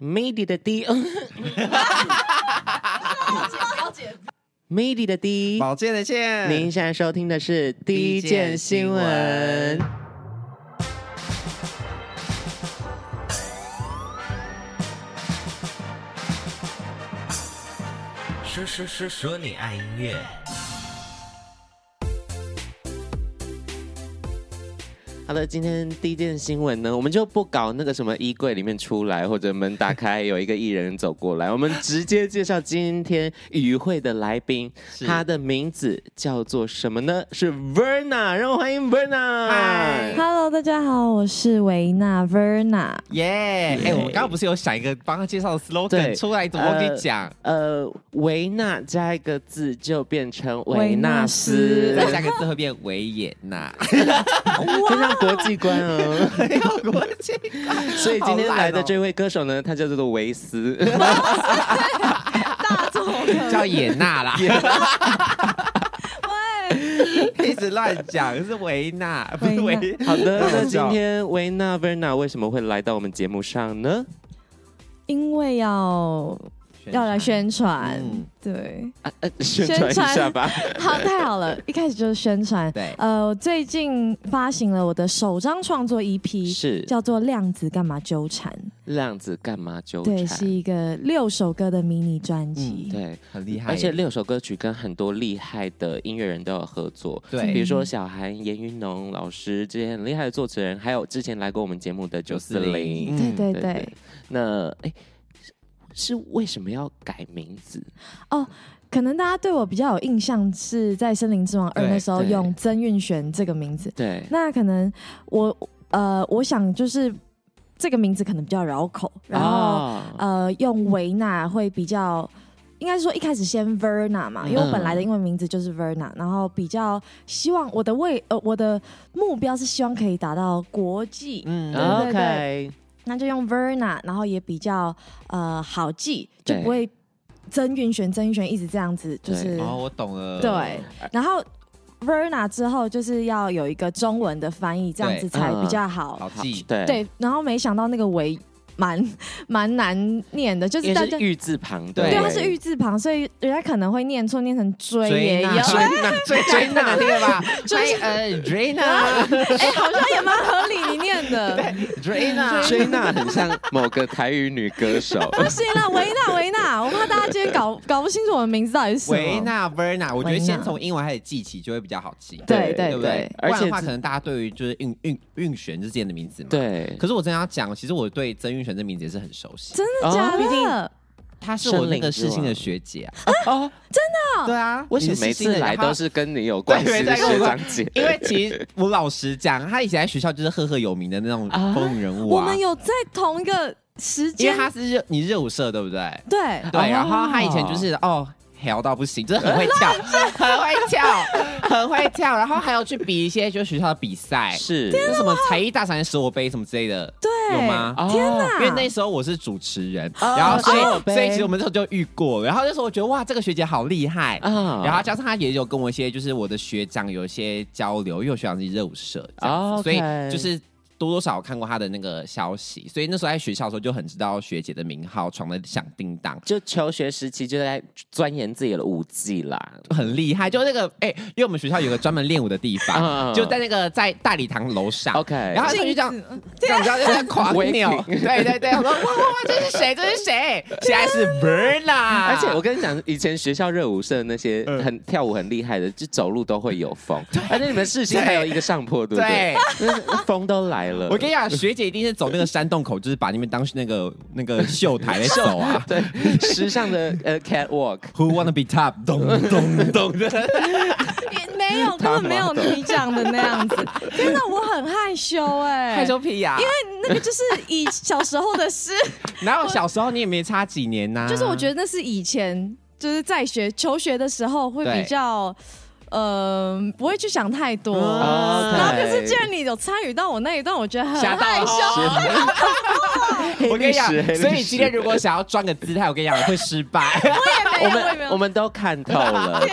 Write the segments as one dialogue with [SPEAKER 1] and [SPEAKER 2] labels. [SPEAKER 1] MIDI 的 D，嗯
[SPEAKER 2] 了解，
[SPEAKER 1] ，MIDI 的 D。
[SPEAKER 3] 宝剑的剑，
[SPEAKER 1] 您现在收听的是第一件新闻。
[SPEAKER 4] 说说说说你爱音乐，
[SPEAKER 1] 好的，今天第一件新闻呢，我们就不搞那个什么衣柜里面出来或者门打开有一个艺人走过 来，我们直接介绍今天与会的来宾，他的名字叫做什么呢？是 Verna，让我欢迎 Verna。
[SPEAKER 3] 嗨
[SPEAKER 2] Hello，大家好，我是维娜 Verna。
[SPEAKER 3] 耶！哎，我们刚刚不是有想一个帮他介绍的
[SPEAKER 1] 对
[SPEAKER 3] slogan 出来，怎么忘记讲？
[SPEAKER 1] 呃，维纳加一个字就变成维纳斯，
[SPEAKER 3] 再 加个字会变维也纳，
[SPEAKER 1] 非常国际观哦。
[SPEAKER 3] 没有国际 化。
[SPEAKER 1] 所以今天来的
[SPEAKER 3] 好烂
[SPEAKER 1] 这位歌手呢，他叫做维斯，
[SPEAKER 3] 哦叫也纳 啦，一直乱讲是维纳，不是
[SPEAKER 2] 维纳
[SPEAKER 3] 维。
[SPEAKER 1] 好的，
[SPEAKER 3] 好
[SPEAKER 1] 那
[SPEAKER 3] 笑
[SPEAKER 1] 今天维纳 Verna 为什么会来到我们节目上呢？
[SPEAKER 2] 因为要要来宣传，
[SPEAKER 3] 嗯
[SPEAKER 2] 对，
[SPEAKER 1] 啊 呃，宣传一
[SPEAKER 2] 宣传
[SPEAKER 1] 下 吧。
[SPEAKER 2] 好，太好 了，一开始就是宣传。
[SPEAKER 3] 对
[SPEAKER 2] 呃，我最近发行了我的首张创作 EP，
[SPEAKER 1] 是
[SPEAKER 2] 叫做《量子干嘛纠缠》，
[SPEAKER 1] 浪子干嘛纠
[SPEAKER 2] 对，
[SPEAKER 1] 缠嗯
[SPEAKER 2] 是？一个六首歌的迷你专辑。
[SPEAKER 1] 对，
[SPEAKER 3] 很厉害，
[SPEAKER 1] 而且六首歌曲跟很多厉害的音乐人都有合作，
[SPEAKER 3] 对
[SPEAKER 1] 比如说小韩、严云农老师这些很厉害的作词人，还有之前来过我们节目的九四零
[SPEAKER 3] 940。
[SPEAKER 2] 对
[SPEAKER 3] 嗯
[SPEAKER 2] 对
[SPEAKER 1] 对
[SPEAKER 2] 对
[SPEAKER 1] 对，那哎、是是为什么要改名字？
[SPEAKER 2] 可能大家对我比较有印象是在《森林之王二》
[SPEAKER 3] 对
[SPEAKER 2] 那时候
[SPEAKER 1] 对
[SPEAKER 2] 用曾韵璇这个名字，
[SPEAKER 1] 对，
[SPEAKER 2] 那可能我呃，我想就是这个名字可能比较绕口，然后、
[SPEAKER 3] 啊
[SPEAKER 1] 哦
[SPEAKER 2] 呃，用维纳会比较。应该说一开始先 Verna
[SPEAKER 3] 嗯
[SPEAKER 2] 嘛，因为我本来的英文名字就是 Verna，、然后比较希望我的位呃我的目标是希望可以达到国际，
[SPEAKER 3] 嗯
[SPEAKER 2] 呃对
[SPEAKER 1] 哦
[SPEAKER 2] 对
[SPEAKER 1] OK，
[SPEAKER 2] 那就用 Verna，然后也比较呃好记，就
[SPEAKER 1] 对
[SPEAKER 2] 不会曾云璇曾云璇一直这样子就是
[SPEAKER 3] 哦，我懂了，
[SPEAKER 2] 对，然后 Verna 之后就是要有一个中文的翻译，这样
[SPEAKER 3] 对嗯
[SPEAKER 2] 子才比较好。
[SPEAKER 3] 好记，
[SPEAKER 1] 对，
[SPEAKER 2] 对，然后没想到那个维蛮 蛮难念的，就是
[SPEAKER 1] 因
[SPEAKER 2] 大
[SPEAKER 1] 为
[SPEAKER 2] 家
[SPEAKER 1] 是。玉字旁，
[SPEAKER 3] 对
[SPEAKER 2] 对，
[SPEAKER 1] 不
[SPEAKER 2] 它是玉字旁，所以人家可能会念错，念成追也有，
[SPEAKER 3] 追纳追纳追追 纳那个吧，
[SPEAKER 2] 就是
[SPEAKER 3] 呃 追纳
[SPEAKER 2] 哎，好像也蛮合理，你念 的
[SPEAKER 3] 追纳
[SPEAKER 1] 追娜很像某个台语女歌手，
[SPEAKER 2] 不行啦，维纳维纳，我怕大家今天搞搞不清楚我的名字到底是什么。
[SPEAKER 3] 维纳 Verna，我觉
[SPEAKER 2] 维纳
[SPEAKER 3] 得先从英文开始记起就会比较好记，
[SPEAKER 2] 对
[SPEAKER 1] 对
[SPEAKER 3] 对不
[SPEAKER 2] 对
[SPEAKER 3] 对？
[SPEAKER 1] 而
[SPEAKER 3] 而
[SPEAKER 1] 且
[SPEAKER 3] 且的话，可能大家对于就是运运运璇之间的名字嘛，。
[SPEAKER 1] 对，
[SPEAKER 3] 可是我真的要讲，其实我对曾运璇这名字也是很熟悉，
[SPEAKER 2] 真的假
[SPEAKER 1] 哦毕
[SPEAKER 2] 的？
[SPEAKER 3] 她是我那个世新的学姐啊，
[SPEAKER 1] 哦，
[SPEAKER 3] 对啊，
[SPEAKER 1] 为什么每次来都
[SPEAKER 3] 是？
[SPEAKER 1] 是跟你有关系的学长姐？
[SPEAKER 3] 因为其实我老实讲，她以前在学校就是赫赫有名的那种
[SPEAKER 1] 啊
[SPEAKER 3] 风云人物
[SPEAKER 2] 我
[SPEAKER 3] 啊
[SPEAKER 2] 们，有在同一个时
[SPEAKER 3] 因
[SPEAKER 2] 间
[SPEAKER 3] 为，她是热你热舞社对不对？
[SPEAKER 2] 对
[SPEAKER 3] 对，然后
[SPEAKER 1] 哦
[SPEAKER 3] 他以前就是哦。屌到不行，就是很会跳， 很会跳，很会跳，然后还有去比一些就是学校的比赛，
[SPEAKER 2] 哎
[SPEAKER 1] 是
[SPEAKER 3] 就是什么才艺大赏、十我杯什么之类的，
[SPEAKER 2] 对，
[SPEAKER 3] 有吗？
[SPEAKER 1] 哦
[SPEAKER 2] 天哪！
[SPEAKER 3] 因为那时候我是主持人，
[SPEAKER 1] 哦
[SPEAKER 3] 然后所以、
[SPEAKER 1] 十我杯
[SPEAKER 3] 所以其实我们那时候就遇过，然后那时候我觉得哇，这个学姐好厉害，
[SPEAKER 1] 啊
[SPEAKER 3] 然后加上他也有跟我一些，就是我的学长有一些交流，因为我学长是热舞社这样
[SPEAKER 1] 哦
[SPEAKER 3] 子，所
[SPEAKER 1] OK
[SPEAKER 3] 以就是多多少少看过他的那个消息，所以那时候在学校的时候就很知道学姐的名号，闯得响叮当，
[SPEAKER 1] 就求学时期就在钻研自己的舞技啦。
[SPEAKER 3] 很厉害。就那个哎、因为我们学校有个专门练舞的地
[SPEAKER 1] 嗯哦
[SPEAKER 3] 方，就在那个在大礼堂楼上。
[SPEAKER 1] OK，
[SPEAKER 3] 然后他就这
[SPEAKER 2] 啊
[SPEAKER 3] 样，这样这样这样狂
[SPEAKER 1] 微
[SPEAKER 3] 扭，
[SPEAKER 1] 屏
[SPEAKER 3] 对对对，我说哇哇哇，这是谁？这是 谁？现在是 Verna，
[SPEAKER 1] 啊而且我跟你讲，以前学校热舞社那些很跳舞很厉害的，就走路都会有风，而且你们世新还有一个上坡，对不对？
[SPEAKER 3] 对。
[SPEAKER 1] 那风都来了，。
[SPEAKER 3] 我跟你讲，学姐一定是走那个山洞口，就是把你们当那个那个秀台来走啊
[SPEAKER 1] 对时尚的呃 catwalk，
[SPEAKER 3] Who wanna be top？咚 咚咚的。
[SPEAKER 2] 也没有，根本没有你讲的那样子。真的，我很害羞哎、
[SPEAKER 3] 害羞屁呀、
[SPEAKER 1] 啊
[SPEAKER 3] 因为
[SPEAKER 2] 那个就是以小时候的 事，
[SPEAKER 3] 哪有小时候你也没差几年
[SPEAKER 1] 嗯
[SPEAKER 3] 呐、
[SPEAKER 2] 就是我觉得那是以前就是在学求学的时候会比较。呃，不会去想太
[SPEAKER 3] 嗯
[SPEAKER 2] 多。
[SPEAKER 1] 哦
[SPEAKER 2] 然后啊可是，既然你有参与到我那一段，我觉得很
[SPEAKER 3] 吓到
[SPEAKER 2] 害羞。啊
[SPEAKER 3] 我跟你讲
[SPEAKER 1] 黑历史黑历，史
[SPEAKER 3] 所以今天如果想要装个姿态，我跟你讲会失败。
[SPEAKER 1] 我
[SPEAKER 2] 我也没有，我也没
[SPEAKER 1] 们
[SPEAKER 2] 有。
[SPEAKER 1] 我们都看透 了，对。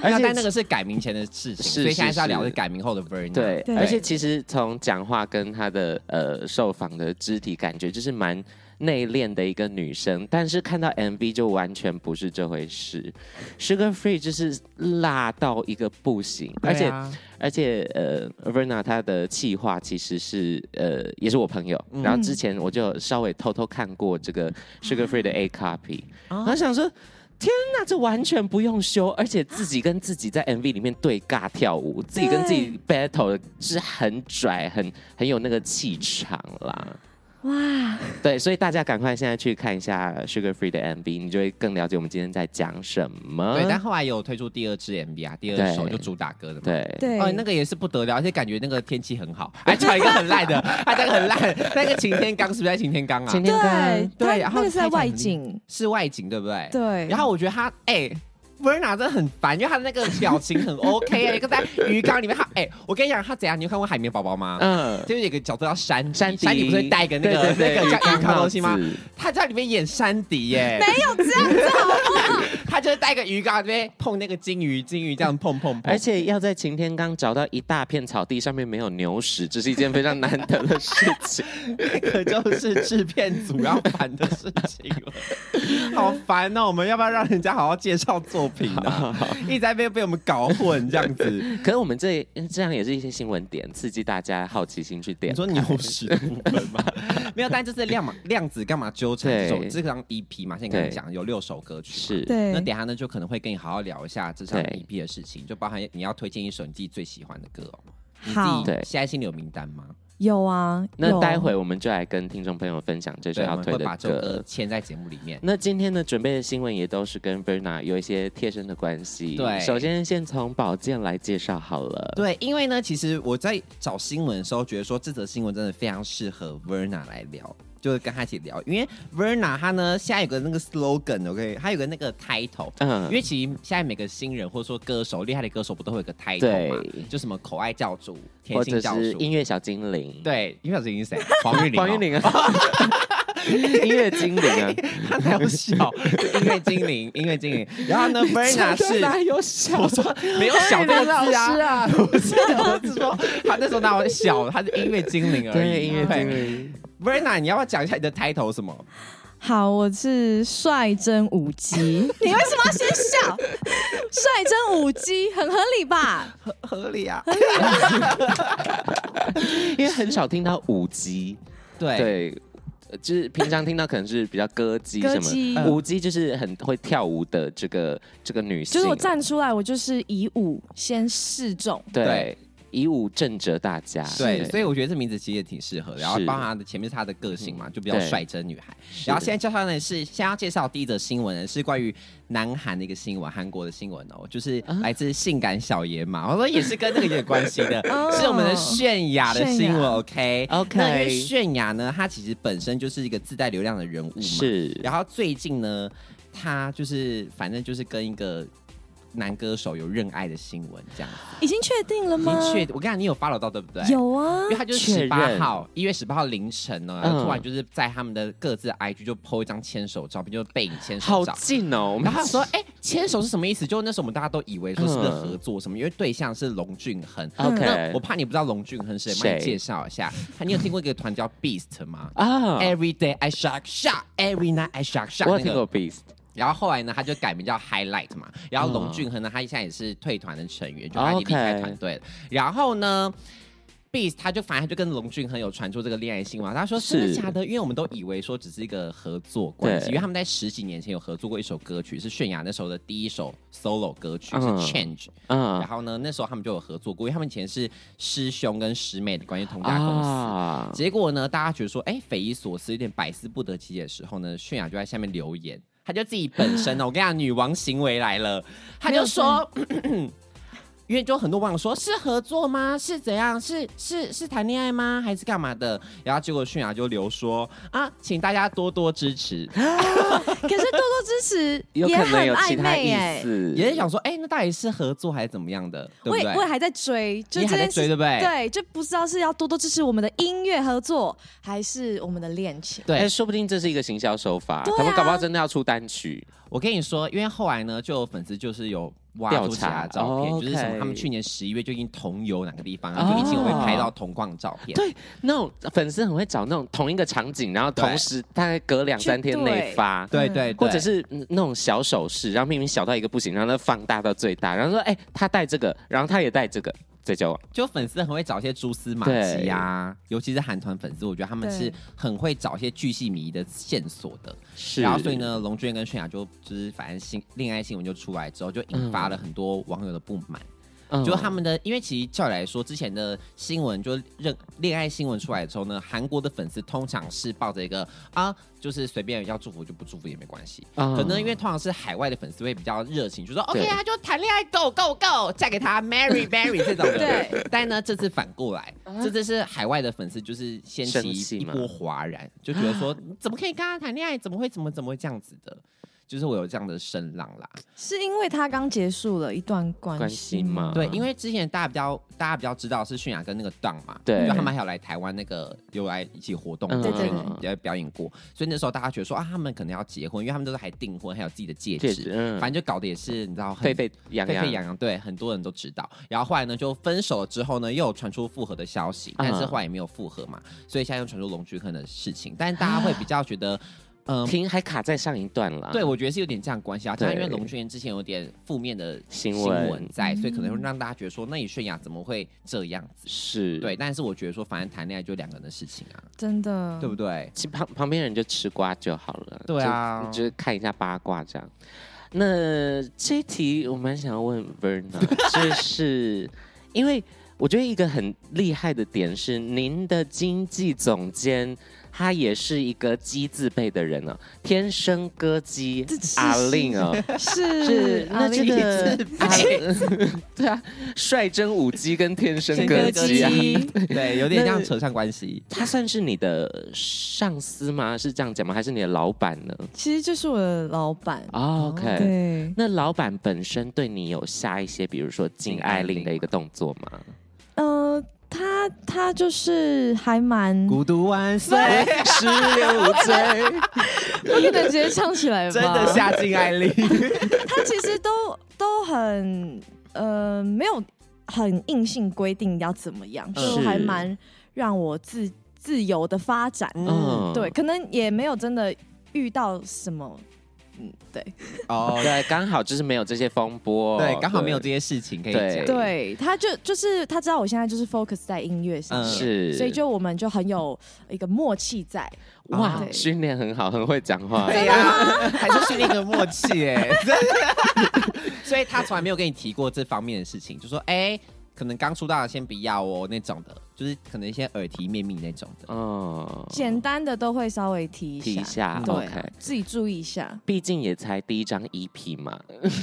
[SPEAKER 1] 而
[SPEAKER 3] 而
[SPEAKER 1] 且
[SPEAKER 3] 且但那个是改名前的事情，
[SPEAKER 1] 是
[SPEAKER 3] 所以现在是要
[SPEAKER 1] 是
[SPEAKER 3] 聊
[SPEAKER 1] 是
[SPEAKER 3] 的改名后的 Verna。
[SPEAKER 1] 对，
[SPEAKER 2] 对
[SPEAKER 1] 而且其实从讲话跟他的呃受访的肢体感觉，就是蛮内敛的一个女生，但是看到 MV 就完全不是这回事。Sugar Free 就是辣到一个不行，而且而且呃，Verna 她的企划其实是呃也是我朋友，然后之前我就稍微偷偷看过这个 Sugar Free 的 A copy，、然后想说。天呐，这完全不用修，而且自己跟自己在 MV 里面对尬跳舞，自己跟自己 battle 的是很拽，很很有那个气场啦。
[SPEAKER 2] 哇，
[SPEAKER 1] 对，所以大家赶快现在去看一下 Sugar Free 的 MV，你就会更了解我们今天在讲什么。
[SPEAKER 3] 对，但后来也有推出第二支 MV 啊，第二首
[SPEAKER 1] 嗯对
[SPEAKER 3] 就主打歌的嘛。
[SPEAKER 1] 对
[SPEAKER 2] 对，
[SPEAKER 3] 哦，那个也是不得了，而且感觉那个天气很好，还找一个很烂的，他那个很烂，那个擎天刚是不是在擎天刚啊？
[SPEAKER 1] 今天
[SPEAKER 2] 对
[SPEAKER 1] 跟
[SPEAKER 3] 对
[SPEAKER 2] 它
[SPEAKER 3] 然后
[SPEAKER 2] 那个是
[SPEAKER 3] 拍
[SPEAKER 2] 在
[SPEAKER 3] 起来
[SPEAKER 2] 外
[SPEAKER 3] 很
[SPEAKER 2] 景，
[SPEAKER 3] 是外景对不对？。
[SPEAKER 2] 对，
[SPEAKER 3] 然后我觉得他哎。Verna 真的很烦，因为他的那个表情很 OK 啊，一个在鱼缸里面，他哎、我跟你讲，他怎样？你有看过《海绵宝宝》吗？
[SPEAKER 1] 嗯，
[SPEAKER 3] 就是有个角色叫山
[SPEAKER 1] 山
[SPEAKER 3] 山底
[SPEAKER 1] 迪
[SPEAKER 3] 不是会戴一个那
[SPEAKER 1] 对对
[SPEAKER 3] 个
[SPEAKER 1] 对
[SPEAKER 3] 那个叫
[SPEAKER 1] 鱼
[SPEAKER 3] 鱼
[SPEAKER 1] 缸
[SPEAKER 3] 缸
[SPEAKER 1] 帽
[SPEAKER 3] 东西吗
[SPEAKER 1] 子？
[SPEAKER 3] 他在里面演山迪耶，
[SPEAKER 2] 没有这样 子，
[SPEAKER 3] 他就是戴一个鱼缸，这边碰那个金鱼，金鱼这样碰碰碰，
[SPEAKER 1] 而且要在擎天刚找到一大片草地上面没有牛屎，这是一件非常难得的事 情。
[SPEAKER 3] 这个就是制片组要烦的事情了， 好烦哦！我们要不要让人家好好介绍作品 啊？一直在被被我们搞混这样 子。
[SPEAKER 1] 可是我们这这样也是一些新闻点，刺激大家好奇心去点啊
[SPEAKER 3] 你。说牛屎的部分吗？ 没有，但就是量嘛，量子干嘛纠缠这首
[SPEAKER 1] 对
[SPEAKER 3] 这张 EP 嘛？现在刚刚讲有六首歌曲嘛，
[SPEAKER 1] 是
[SPEAKER 2] 对
[SPEAKER 3] 那等一下呢，就可能会跟你好好聊一下这张
[SPEAKER 1] 对
[SPEAKER 3] EP 的事情，就包含你要推荐一首你自己最喜欢的歌哦。你自
[SPEAKER 2] 好
[SPEAKER 3] 己
[SPEAKER 1] 对
[SPEAKER 3] 现在心里有名单吗？
[SPEAKER 2] 有啊，
[SPEAKER 1] 那
[SPEAKER 2] 有
[SPEAKER 1] 待会我们就来跟听众朋友分享这首
[SPEAKER 3] 对，我
[SPEAKER 1] 要
[SPEAKER 3] 们
[SPEAKER 1] 推
[SPEAKER 3] 会
[SPEAKER 1] 的
[SPEAKER 3] 把这首歌
[SPEAKER 1] 歌。嗯
[SPEAKER 3] 签在节目里面。
[SPEAKER 1] 那今天呢，准备的新闻也都是跟 Verna 有一些贴身的关系。
[SPEAKER 3] 对
[SPEAKER 1] 首先先从宝剑来介绍好了。
[SPEAKER 3] 对，因为呢，其实我在找新闻的时候，觉得说这则新闻真的非常适合 Verna 来聊，就是跟他一起聊，因为 Verna 她呢现在有个那个 slogan，OK，、她有个那个 title。因
[SPEAKER 1] 嗯，
[SPEAKER 3] 为其实现在每个新人或者说歌手厉害的歌手不都会有个 title 嘛
[SPEAKER 1] 对，
[SPEAKER 3] 就什么口爱教主、
[SPEAKER 1] 或
[SPEAKER 3] 甜
[SPEAKER 1] 者
[SPEAKER 3] 心教
[SPEAKER 1] 是
[SPEAKER 3] 主，
[SPEAKER 1] 音乐小精灵。，
[SPEAKER 3] 对，音乐精灵是 谁？黄韵玲哦，
[SPEAKER 1] 黄韵玲啊， 音乐精灵啊，
[SPEAKER 3] 他哪有笑？ 音乐精灵，音乐精灵。然后呢，Verna 是
[SPEAKER 1] 哪有小
[SPEAKER 3] 我？说没有小这个字啊，
[SPEAKER 2] 啊，
[SPEAKER 3] 不是，我是说他那时候哪有小，他是音乐精灵而已。
[SPEAKER 1] 对，音乐精灵。
[SPEAKER 3] 对。Verna，你要不要讲一下你的 title 是什么？
[SPEAKER 2] 好，我是率真舞 姬。你为什么要先笑？ 率真舞姬很合理吧？
[SPEAKER 3] 合理啊。
[SPEAKER 1] 因为很少听到舞姬，
[SPEAKER 3] 对，
[SPEAKER 1] 对，呃就是平常听到可能是比较歌姬
[SPEAKER 2] 歌
[SPEAKER 1] 什
[SPEAKER 2] 姬
[SPEAKER 1] 么，
[SPEAKER 3] 嗯
[SPEAKER 1] 舞姬就是很会跳舞的这个这个女性，啊
[SPEAKER 2] 就是我站出来，我就是以舞先示众。
[SPEAKER 1] 对
[SPEAKER 3] 对
[SPEAKER 1] 以舞震慑大家，
[SPEAKER 3] 对，所以我觉得这名字其实也挺适合的。然后
[SPEAKER 1] 啊是
[SPEAKER 3] 包含她的前面是她的个性嘛，就比较
[SPEAKER 1] 对
[SPEAKER 3] 率真女孩。然后现在介绍的是，先要介绍第一则新闻呢，是关于南韩的一个新闻，韩国的新闻哦，就是来自性感小野马，我说也是跟这个有关系的
[SPEAKER 2] 哦，
[SPEAKER 3] 是我们的泫雅的新
[SPEAKER 2] 泫
[SPEAKER 3] 闻
[SPEAKER 2] 雅
[SPEAKER 3] ，OK
[SPEAKER 1] OK
[SPEAKER 3] 那因为泫雅呢，她其实本身就是一个自带流量的人物嘛，。
[SPEAKER 1] 是
[SPEAKER 3] 然后最近呢，她就是反正就是跟一个男歌手有认爱的新闻这样子，
[SPEAKER 2] 已经确定了
[SPEAKER 3] 你
[SPEAKER 2] 吗？
[SPEAKER 3] 确我跟你讲，你有 follow 到对不对？
[SPEAKER 2] 有 啊
[SPEAKER 3] 因为，他就是
[SPEAKER 1] 确
[SPEAKER 3] 十
[SPEAKER 1] 认
[SPEAKER 3] 八号，一月十八号凌晨呢，
[SPEAKER 1] 嗯
[SPEAKER 3] 突然就是在他们的各自的 IG 就 po 一张牵手照片，就是背影牵
[SPEAKER 1] 好
[SPEAKER 3] 手照。
[SPEAKER 1] 近哦，我们
[SPEAKER 3] 然后他说：“哎、牵手是什么意思？”就那时候我们大家都以为说是不是合作什么，因为对象是龙俊亨。那
[SPEAKER 1] 嗯 OK，
[SPEAKER 3] 我怕你不知道龙俊亨是谁，
[SPEAKER 1] 谁
[SPEAKER 3] 帮你介绍一下。你有听过一个团叫 Beast 吗
[SPEAKER 1] 啊，
[SPEAKER 3] ？Every day I shock shock, every night I shock shock。
[SPEAKER 1] 我有
[SPEAKER 3] 那
[SPEAKER 1] 听
[SPEAKER 3] 个
[SPEAKER 1] 过 Beast，
[SPEAKER 3] 然后后来呢，他就改名叫 Highlight 嘛。
[SPEAKER 1] 嗯
[SPEAKER 3] 然后龙俊亨呢，他现在也是退团的成员，
[SPEAKER 1] 哦
[SPEAKER 3] 就他已经离开团队了。然后呢，Beast 他就反正他就跟龙俊亨有传出这个恋爱新闻，他说
[SPEAKER 1] 是
[SPEAKER 3] 真的假的？因为我们都以为说只是一个合作关系，
[SPEAKER 1] 对
[SPEAKER 3] 因为他们在十几年前有合作过一首歌曲，是泫雅那时候的第一首 solo 歌曲是
[SPEAKER 1] 嗯
[SPEAKER 3] Change。然
[SPEAKER 1] 嗯
[SPEAKER 3] 后呢，那时候他们就有合作过，因为他们以前是师兄跟师妹的关系同家公司。
[SPEAKER 1] 啊，
[SPEAKER 3] 结果呢，大家觉得说，哎，匪夷所思，有点百思不得其解的时候呢，泫雅就在下面留言，她就自己本身 哦呢，我跟你讲，女王行为来了，她就说。 因为就很多网友说是合作吗？是怎样？是是是谈恋爱吗？还是干嘛的？然后结果泫雅就留说啊，请大家多多 支持。
[SPEAKER 2] 可是多多支持
[SPEAKER 1] 有
[SPEAKER 2] 也
[SPEAKER 1] 可
[SPEAKER 2] 很
[SPEAKER 1] 能有其
[SPEAKER 2] 暧
[SPEAKER 1] 他
[SPEAKER 2] 昧
[SPEAKER 1] 意
[SPEAKER 2] 耶。
[SPEAKER 1] 思，
[SPEAKER 3] 也是想说，哎、那到底是合作还是怎么样的？
[SPEAKER 2] 我
[SPEAKER 3] 对不
[SPEAKER 2] 也
[SPEAKER 3] 对？
[SPEAKER 2] 我也还在追，就
[SPEAKER 3] 你
[SPEAKER 2] 这
[SPEAKER 3] 还在
[SPEAKER 2] 件事
[SPEAKER 3] 追对不对？
[SPEAKER 2] 对，就不知道是要多多支持我们的音乐合作，还是我们的恋情。
[SPEAKER 3] 对
[SPEAKER 1] 哎、说不定这是一个行销手法，
[SPEAKER 2] 对啊
[SPEAKER 1] 他们搞不好真的要出单曲。
[SPEAKER 3] 我跟你说，因为后来呢，就有粉丝就是有挖
[SPEAKER 1] 调
[SPEAKER 3] 出其他
[SPEAKER 1] 查
[SPEAKER 3] 的照片，
[SPEAKER 1] 哦
[SPEAKER 3] 就是什么
[SPEAKER 1] OK 哦
[SPEAKER 3] 他们去年十一月就已经同游哪个地方，然后就一起会拍到同框照片。
[SPEAKER 1] 对，那种粉丝很会找那种同一个场景，然后同
[SPEAKER 3] 对
[SPEAKER 1] 时大概隔两三天内发，
[SPEAKER 3] 对
[SPEAKER 2] 嗯
[SPEAKER 3] 对对，
[SPEAKER 1] 或者是嗯那种小手势，然后明明小到一个不行，然后它放大到最大，然后说哎、他戴这个，然后他也戴这个，再交往。
[SPEAKER 3] 就粉丝很会找一些蛛丝马迹呀、尤其是韩团粉丝，我觉得他们
[SPEAKER 2] 对
[SPEAKER 3] 是很会找一些巨细靡遗的线索的。
[SPEAKER 1] 是
[SPEAKER 3] 然后所以，呢，龙俊跟泫雅就就是反正新恋爱新闻就出来之后，就引发了很多网友的不满。
[SPEAKER 1] 嗯
[SPEAKER 3] 就他们的，因为其实照理来说，之前的新闻就认恋爱新闻出来之后呢，韩国的粉丝通常是抱着一个啊，就是随便要祝福就不祝福也没关系。
[SPEAKER 1] 嗯
[SPEAKER 3] 可能因为通常是海外的粉丝会比较热情，就说
[SPEAKER 1] 对
[SPEAKER 3] OK 啊，就谈恋爱，Go Go Go，嫁给 他，Marry Marry 这种的。
[SPEAKER 2] 对。
[SPEAKER 3] 但呢，这次反过来，这次是海外的粉丝就是掀
[SPEAKER 1] 啊生
[SPEAKER 3] 起
[SPEAKER 1] 气
[SPEAKER 3] 一
[SPEAKER 1] 吗
[SPEAKER 3] 波哗然，就觉得 说怎么可以跟他谈恋爱？怎么会怎么怎么会这样子的？就是我有这样的声浪啦。
[SPEAKER 2] 是因为他刚结束了一段
[SPEAKER 1] 关
[SPEAKER 2] 关
[SPEAKER 1] 系
[SPEAKER 2] 系
[SPEAKER 1] 吗？
[SPEAKER 3] 对，因为之前大家比较大家比较知道是泫雅跟那个 d 嘛，
[SPEAKER 1] 对
[SPEAKER 3] 就他们还有来台湾那个有来一起活动，
[SPEAKER 1] 嗯
[SPEAKER 2] 对对
[SPEAKER 3] 也表演过，所以那时候大家觉得说啊，他们可能要结婚，因为他们都是还订婚，还有自己的戒
[SPEAKER 1] 戒
[SPEAKER 3] 指，
[SPEAKER 1] 指，嗯，
[SPEAKER 3] 反正就搞得也是你知道很
[SPEAKER 1] 沸沸扬
[SPEAKER 3] 沸
[SPEAKER 1] 扬，
[SPEAKER 3] 沸扬扬，对，很多人都知道。然后后来呢，就分手了之后呢，又有传出复合的消息，但
[SPEAKER 1] 嗯
[SPEAKER 3] 是后来也没有复合嘛，所以现在又传出龙俊亨的事情，但大
[SPEAKER 1] 啊
[SPEAKER 3] 家会比较觉得，嗯、
[SPEAKER 1] 停还卡在上一段了。
[SPEAKER 3] 对，我觉得是有点这样的关系啊。
[SPEAKER 1] 啊对
[SPEAKER 3] 加上因为龙俊亨之前有点负面的
[SPEAKER 1] 新
[SPEAKER 3] 新
[SPEAKER 1] 闻
[SPEAKER 3] 闻在，所以可能会让大家觉得说，那你泫雅怎么会这样子？
[SPEAKER 1] 是，
[SPEAKER 3] 对，，但是我觉得说，反正谈恋爱就两个人的事情啊，
[SPEAKER 2] 真的，
[SPEAKER 3] 对不对？
[SPEAKER 1] 其实旁旁边人就吃瓜就好了。
[SPEAKER 3] 对
[SPEAKER 2] 嗯
[SPEAKER 3] 啊
[SPEAKER 1] 就就是看一下八卦这样。那这一题我蛮想要问 Verna，就是因为我觉得一个很厉害的点是，您的经纪总监他也是一个鸡字辈的人哦，天生歌姬
[SPEAKER 2] 这是
[SPEAKER 1] 阿令 哦，
[SPEAKER 2] 是啊
[SPEAKER 1] 是
[SPEAKER 2] 阿
[SPEAKER 1] 那这
[SPEAKER 2] 丽
[SPEAKER 1] 个
[SPEAKER 2] 啊
[SPEAKER 1] 阿令 对 啊，率真舞姬跟天生歌姬啊
[SPEAKER 2] 天生歌。姬
[SPEAKER 3] 对，有点像扯上关系。
[SPEAKER 1] 他算是你的上司吗？是这样讲吗？还是你的老板呢、
[SPEAKER 2] 其实就是我的老板，
[SPEAKER 1] o k
[SPEAKER 2] 哦对，
[SPEAKER 1] 那老板本身对你有下一些，比如说禁爱令的一个动作吗？
[SPEAKER 2] 呃，他他就是还蛮，
[SPEAKER 3] 孤独万岁，
[SPEAKER 1] 十六岁，
[SPEAKER 2] 不可能直接唱起来吧？
[SPEAKER 3] 真的下进爱 令。
[SPEAKER 2] 他其实都都很呃没有很硬性规定要怎么样，
[SPEAKER 3] 嗯
[SPEAKER 2] 就是还蛮让我自自由的发展。
[SPEAKER 1] 嗯，
[SPEAKER 2] 对，，可能也没有真的遇到什么，嗯，对
[SPEAKER 3] 哦，
[SPEAKER 1] 对，刚好就是没有这些风波，
[SPEAKER 3] 对，刚好没有这些事情可以
[SPEAKER 1] 对
[SPEAKER 3] 讲。
[SPEAKER 2] 对，他就就是他知道我现在就是 focus 在音乐上
[SPEAKER 3] 嗯
[SPEAKER 2] 面，
[SPEAKER 1] 是，
[SPEAKER 2] 所以就哦我们就很有一个默契在。
[SPEAKER 1] 哦哇，
[SPEAKER 2] 对
[SPEAKER 1] 训练很好，很会讲 话，
[SPEAKER 3] 对哎呀，还是训练个默契哎，真的。 所以他从来没有跟你提过这方面的事情，就说哎、可能刚出道的先不要哦那种的，就是可能一些耳提面命那种的。
[SPEAKER 1] 哦，
[SPEAKER 2] 简单的都会稍微提一下，
[SPEAKER 1] 提一下
[SPEAKER 2] 对啊
[SPEAKER 1] ，OK。
[SPEAKER 2] 自己注意一下
[SPEAKER 1] 毕竟也才第一张 EP 嘛，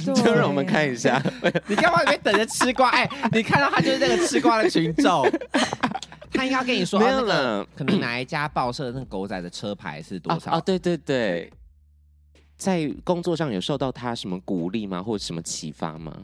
[SPEAKER 2] 就
[SPEAKER 1] 就让我们看一下。
[SPEAKER 3] 你干嘛在那边等着吃瓜？哎、你看到他就是那个吃瓜的群众， 他应该跟你 说
[SPEAKER 1] 没有
[SPEAKER 3] 哦那个
[SPEAKER 1] 了
[SPEAKER 3] 可能哪一家报社的那个狗仔的车牌是多少？
[SPEAKER 1] 啊？啊对对对，在工作上有受到他什么鼓励吗，或者什么启发吗？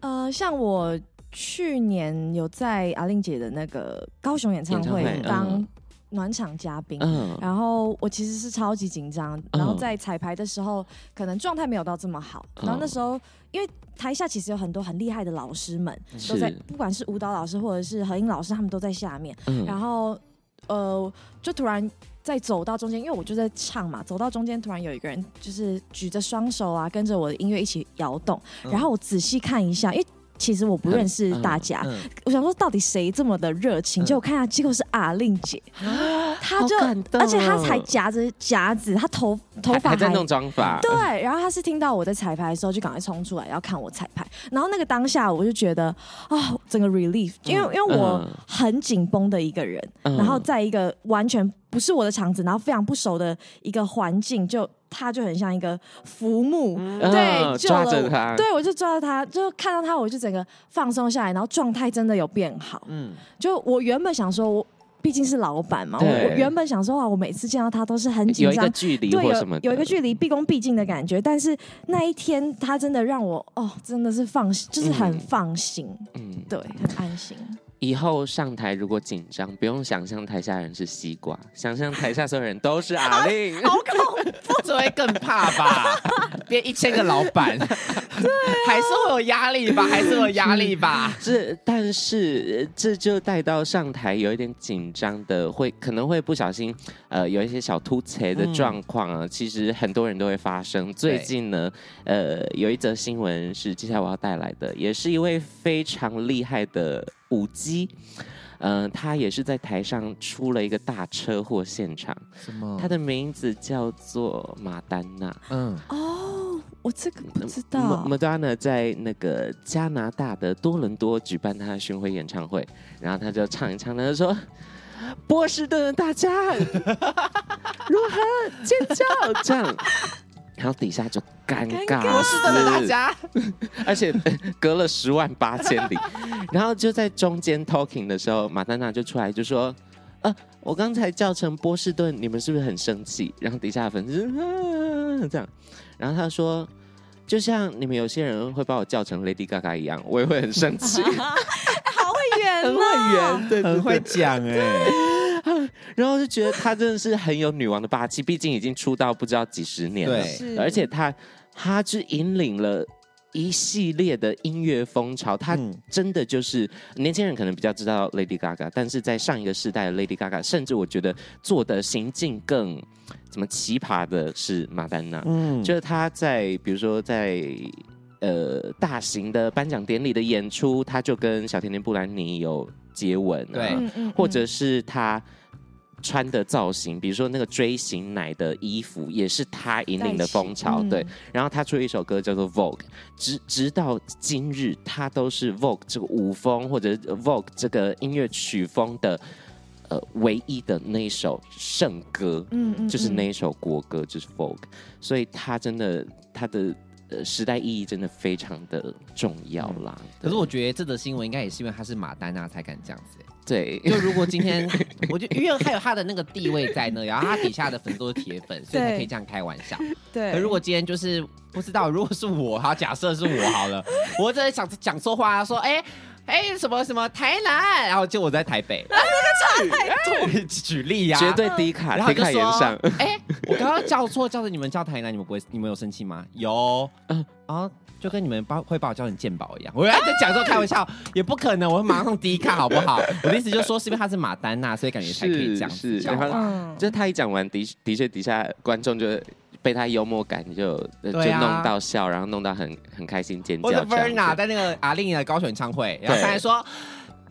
[SPEAKER 2] 呃，像我去年有在阿令姐的那个高雄演唱
[SPEAKER 1] 演
[SPEAKER 2] 会
[SPEAKER 1] 唱会
[SPEAKER 2] 当
[SPEAKER 1] 嗯
[SPEAKER 2] 暖场嘉宾。
[SPEAKER 1] 嗯，
[SPEAKER 2] 然后我其实是超级紧张，然后
[SPEAKER 1] 嗯
[SPEAKER 2] 在彩排的时候可能状态没有到这么好，然
[SPEAKER 1] 嗯
[SPEAKER 2] 后那时候因为台下其实有很多很厉害的老师们
[SPEAKER 1] 是
[SPEAKER 2] 都在，不管是舞蹈老师或者是合音老师，他们都在下面，
[SPEAKER 1] 嗯
[SPEAKER 2] 然后呃，就突然在走到中间，因为我就在唱嘛，走到中间突然有一个人就是举着双手啊，跟着我的音乐一起摇动，
[SPEAKER 3] 嗯
[SPEAKER 2] 然后我仔细看一下，因为。其实我不认识大
[SPEAKER 1] 啊
[SPEAKER 2] 家，
[SPEAKER 3] 嗯嗯
[SPEAKER 2] 我想说到底谁这么的热情？
[SPEAKER 3] 嗯
[SPEAKER 2] 结果看一下，结果是阿令姐，她就
[SPEAKER 1] 啊好感动哦
[SPEAKER 2] 而且她才夹着夹子，她头头
[SPEAKER 1] 还
[SPEAKER 2] 发
[SPEAKER 1] 还在弄妆发，
[SPEAKER 2] 对，然后他是听到我在彩排的时候，就赶快冲出来要看我彩排。然后那个当下，我就觉得啊、整个 relief，因为、因为我
[SPEAKER 1] 嗯
[SPEAKER 2] 很紧绷的一个人，
[SPEAKER 1] 嗯
[SPEAKER 2] 然后在一个完全不是我的场子，然后非常不熟的一个环境，就他就很像一个浮木，
[SPEAKER 1] 嗯
[SPEAKER 2] 对，救
[SPEAKER 1] 抓
[SPEAKER 2] 了
[SPEAKER 1] 着
[SPEAKER 2] 我。
[SPEAKER 1] 他，
[SPEAKER 2] 对，我就抓到他，就看到他，我就整个放松下来，然后状态真的有变好。
[SPEAKER 3] 嗯，
[SPEAKER 2] 就我原本想说，我毕竟是老板嘛，我
[SPEAKER 1] 对
[SPEAKER 2] 我原本想说，哇，我每次见到他都是很紧
[SPEAKER 1] 有一
[SPEAKER 2] 张
[SPEAKER 1] 个，距离
[SPEAKER 2] 对，
[SPEAKER 1] 或什么的，
[SPEAKER 2] 有有一个距离，毕恭毕敬的感觉。但是那一天，他真的让我哦，真的是放心，就是很
[SPEAKER 1] 嗯
[SPEAKER 2] 放心，
[SPEAKER 1] 嗯，
[SPEAKER 2] 对，很安心。
[SPEAKER 1] 以后上台如果紧张，不用想象台下人是西瓜，想象台下所有人都是阿令，
[SPEAKER 3] 好恐怖，这会更怕吧？变一千个老板，还是会有压力吧？还是会有压力吧？
[SPEAKER 1] 这但是呃这就带到上台有一点紧张的，会可能会不小心呃有一些小突切的状况啊，其实很多人都会发生。最近呢，呃，有一则新闻是接下来我要带来的，也是一位非常厉害的舞姬。嗯、他也是在台上出了一个大车祸现场，
[SPEAKER 3] 什么
[SPEAKER 1] 他的名字叫做马丹娜。
[SPEAKER 3] 嗯，
[SPEAKER 2] 哦， 我这个不知
[SPEAKER 1] 莫
[SPEAKER 2] 道。
[SPEAKER 1] 莫丹娜在那个加拿大的多伦多举办她的巡回演唱会，然后她就唱一唱，她就说：“ 波士顿的大家如何尖叫？”这样，然后底下就尴
[SPEAKER 2] 尴
[SPEAKER 1] 尬
[SPEAKER 2] 尬
[SPEAKER 1] 死，
[SPEAKER 2] 波
[SPEAKER 3] 是的，大家
[SPEAKER 1] 而且 呃隔了十万八千里，然后就在中间 talking 的时候，马丹娜就出来就说：“呃，我刚才叫成波士顿，你们是不是很生气？”然后底下的粉丝啊这样，然后他说：“就像你们有些人会把我叫成 Lady Gaga 一样，我也会很生气，
[SPEAKER 2] 好啊会圆
[SPEAKER 1] 很会圆，对，对
[SPEAKER 3] 很会
[SPEAKER 1] 对
[SPEAKER 3] 讲哎，
[SPEAKER 1] 然后就觉得她真的是很有女王的霸气，毕竟已经出道不知道几十年了。”
[SPEAKER 3] 对
[SPEAKER 2] 是
[SPEAKER 1] 而且他他是引领了。一系列的音乐风潮，他
[SPEAKER 3] 嗯
[SPEAKER 1] 真的就是、年轻人可能比较知道 Lady Gaga，但是在上一个世代的 Lady Gaga，甚至我觉得做的行径更怎么奇葩的是马丹娜，
[SPEAKER 3] 嗯，
[SPEAKER 1] 就是他在比如说在呃大型的颁奖典礼的演出，他就跟小甜甜布兰妮有接吻、啊，
[SPEAKER 3] 对
[SPEAKER 2] 嗯嗯
[SPEAKER 1] 或者是他穿的造型，比如说那个追星奶的衣服，也是他引领的风潮。
[SPEAKER 2] 嗯
[SPEAKER 1] 对，，然后他出了一首歌叫做《Vogue》，直直到今日，他都是 Vogue 这个舞风或者是 Vogue 这个音乐曲风的呃唯一的那一首圣歌。
[SPEAKER 2] 嗯嗯
[SPEAKER 1] 就是那一首国歌，就是 Vogue，所以他真的他的呃时代意义真的非常的重要啦。
[SPEAKER 3] 嗯可是我觉得这则新闻应该也是因为她是马丹娜才敢这样子欸。
[SPEAKER 1] 对，
[SPEAKER 3] 就如果今 天，我就因为还有她的那个地位在那，然后她底下的粉丝都是铁粉，所以才可以这样开玩笑。
[SPEAKER 2] 对。
[SPEAKER 3] 可如果今天就是不知道，如果是我，好，假设是我好 了，我在想讲错话，说哎哎、什么什么台南，然后就我在台北，啊 这个差举例呀、
[SPEAKER 1] 绝对低卡，
[SPEAKER 3] 然后
[SPEAKER 1] 低
[SPEAKER 3] 就
[SPEAKER 1] 卡
[SPEAKER 3] 说
[SPEAKER 1] 言上。：“
[SPEAKER 3] 哎、我刚刚叫错，叫的你们叫台南，你们不会，你们有生气吗？有，嗯，啊，就跟你们把会把我叫成鉴宝一样。我要在讲这种开玩笑，也不可能，我会马上低卡，好不好？我的意思就是说，是因为他是马丹娜，所以感觉才可以这样子
[SPEAKER 1] 是
[SPEAKER 3] 讲
[SPEAKER 1] 然后
[SPEAKER 3] 话。
[SPEAKER 2] 嗯，
[SPEAKER 1] 就是他一讲完，的的确底下观众就被他幽默感就、呃就
[SPEAKER 3] 对啊
[SPEAKER 1] 弄到笑，然后弄到很很开心尖叫
[SPEAKER 3] 我
[SPEAKER 1] 这
[SPEAKER 3] 的
[SPEAKER 1] 样子。
[SPEAKER 3] Verna 在那个阿令的高选演唱会，然后
[SPEAKER 1] 对
[SPEAKER 3] 他还说，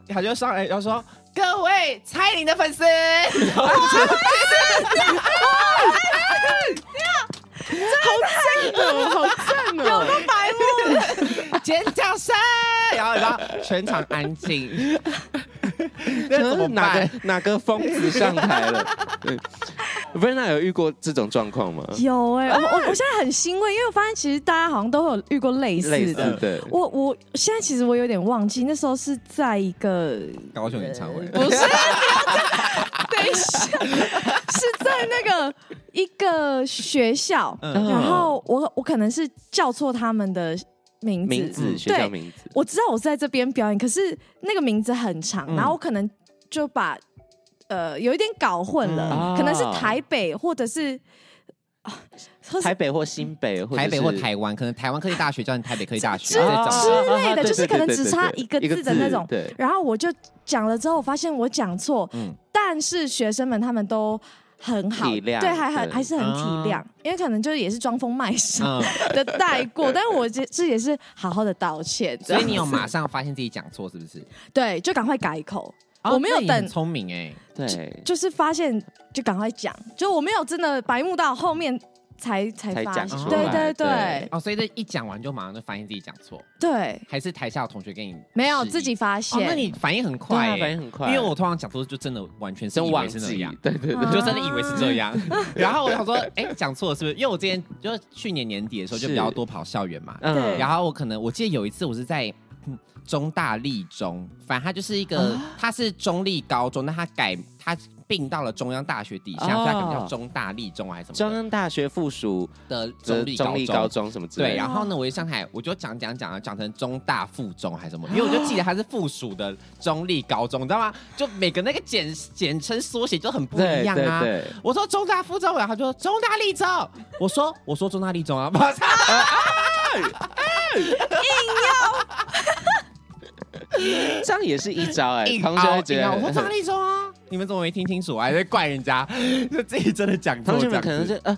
[SPEAKER 3] 他就上来然后说：“各位蔡依林的粉丝，然后就
[SPEAKER 1] 好赞哦，好赞哦！
[SPEAKER 3] 尖叫声，然后然后全场安静。 那怎么
[SPEAKER 1] 哪
[SPEAKER 3] 办
[SPEAKER 1] 个？哪个疯子上台了？对，Verna 有遇过这种状况吗？
[SPEAKER 2] 有哎，我我我现在很欣慰，因为我发现其实大家好像都会有遇过类似
[SPEAKER 1] 类似
[SPEAKER 2] 的。
[SPEAKER 1] 的，
[SPEAKER 2] 我我现在其实我有点忘记，那时候是在一个
[SPEAKER 3] 高雄演唱会，
[SPEAKER 2] 不是，你要在等一下， 是在那个一个学校，
[SPEAKER 3] 嗯
[SPEAKER 2] 然后我我可能是叫错他们的名字，
[SPEAKER 1] 名字
[SPEAKER 2] 嗯
[SPEAKER 1] 学校
[SPEAKER 2] 对，
[SPEAKER 1] 名字，
[SPEAKER 2] 我知道我是在这边表演，可是那个名字很长，
[SPEAKER 3] 嗯
[SPEAKER 2] 然后我可能就把呃有一点搞混了，
[SPEAKER 1] 嗯
[SPEAKER 2] 可能是
[SPEAKER 1] 哦
[SPEAKER 2] 台北或者是。啊或是
[SPEAKER 1] 台北或新北，或者
[SPEAKER 3] 台北
[SPEAKER 1] 是
[SPEAKER 3] 或台湾，可能台湾科技大学叫你台北科技大 学
[SPEAKER 2] 之
[SPEAKER 3] 这
[SPEAKER 1] 啊
[SPEAKER 3] 种。
[SPEAKER 2] 之类的
[SPEAKER 1] 对对
[SPEAKER 2] 就是可能
[SPEAKER 1] 对对
[SPEAKER 2] 只
[SPEAKER 1] 对
[SPEAKER 2] 差
[SPEAKER 1] 对
[SPEAKER 2] 一个
[SPEAKER 1] 一个
[SPEAKER 2] 字的那种
[SPEAKER 1] 对，
[SPEAKER 2] 然后我就讲了之后，我发现我讲错，
[SPEAKER 3] 嗯
[SPEAKER 2] 但是学生们他们都很好，
[SPEAKER 1] 体谅
[SPEAKER 2] 对，还很
[SPEAKER 1] 对
[SPEAKER 2] 还是很体
[SPEAKER 3] 啊
[SPEAKER 2] 谅，因为可能就是也是装疯卖傻
[SPEAKER 3] 嗯，
[SPEAKER 2] 的带过，但我这这也是好好的道歉，这
[SPEAKER 3] 所
[SPEAKER 2] 样
[SPEAKER 3] 以你有马上发现自己讲错是不是？
[SPEAKER 2] 对，就赶快改口，
[SPEAKER 3] 哦
[SPEAKER 2] 我没有
[SPEAKER 3] 那你很
[SPEAKER 2] 等
[SPEAKER 3] 聪明哎，
[SPEAKER 1] 对，
[SPEAKER 2] 就是发现就赶快讲，就我没有真的白目到后面才才
[SPEAKER 1] 才
[SPEAKER 2] 发
[SPEAKER 1] 讲
[SPEAKER 2] 现，
[SPEAKER 3] 出
[SPEAKER 2] 哦对
[SPEAKER 3] 来
[SPEAKER 2] 对对
[SPEAKER 1] 对
[SPEAKER 3] 哦，所以这一讲完就马上就发现自己讲错，
[SPEAKER 2] 对，
[SPEAKER 3] 还是台下的同学跟你
[SPEAKER 2] 没有
[SPEAKER 3] 示意
[SPEAKER 2] 自己发
[SPEAKER 3] 哦，那
[SPEAKER 2] 现，
[SPEAKER 3] 你反应很
[SPEAKER 1] 对
[SPEAKER 3] 快
[SPEAKER 1] 啊
[SPEAKER 3] 欸，
[SPEAKER 1] 反应很快，
[SPEAKER 3] 因为我通常讲错就真的完全是
[SPEAKER 1] 真
[SPEAKER 3] 以
[SPEAKER 1] 忘
[SPEAKER 3] 为是那
[SPEAKER 1] 记
[SPEAKER 3] 样，。
[SPEAKER 1] 对对对
[SPEAKER 2] 啊
[SPEAKER 3] 就真的以为是这 样。然后我想说，哎、讲错了是不是？因为我之前就是去年年底的时候就比较多跑校园嘛，
[SPEAKER 1] 嗯
[SPEAKER 2] 对
[SPEAKER 3] 然后我可能我记得有一次我是在。嗯
[SPEAKER 1] 啊
[SPEAKER 3] 中大立中，反正它就是一个，它是中立高中，但它改它并到了中央大学底下，
[SPEAKER 1] 哦
[SPEAKER 3] 所以它可能叫中大立中还是什
[SPEAKER 1] 中
[SPEAKER 3] 么
[SPEAKER 1] 央大学附属
[SPEAKER 3] 的的
[SPEAKER 1] 就是
[SPEAKER 3] 中立
[SPEAKER 1] 中立
[SPEAKER 3] 高
[SPEAKER 1] 高
[SPEAKER 3] 中。
[SPEAKER 1] 中什么之类
[SPEAKER 3] 对，
[SPEAKER 1] 的。
[SPEAKER 3] 然后呢，我一上台我就讲讲讲讲成中大附中还是什么，因为我就记得它是附属的中立高中，你知道吗？就每个那个简简称缩写就很不一
[SPEAKER 1] 对
[SPEAKER 3] 样啊。
[SPEAKER 1] 对对，
[SPEAKER 3] 我说中大附中，然后他就说中大立中，我说我说中大立中啊， 马上
[SPEAKER 1] 这样也是一招哎、
[SPEAKER 3] 硬
[SPEAKER 1] 同学
[SPEAKER 3] 凹
[SPEAKER 1] 会觉
[SPEAKER 3] 硬凹我说中
[SPEAKER 1] 得
[SPEAKER 3] 大。立中啊， 你们怎么没听清楚？我啊还在怪人家， 就自己真的讲错
[SPEAKER 1] 同
[SPEAKER 3] 这
[SPEAKER 1] 学
[SPEAKER 3] 样
[SPEAKER 1] 们可能
[SPEAKER 3] 子。
[SPEAKER 1] 是呃，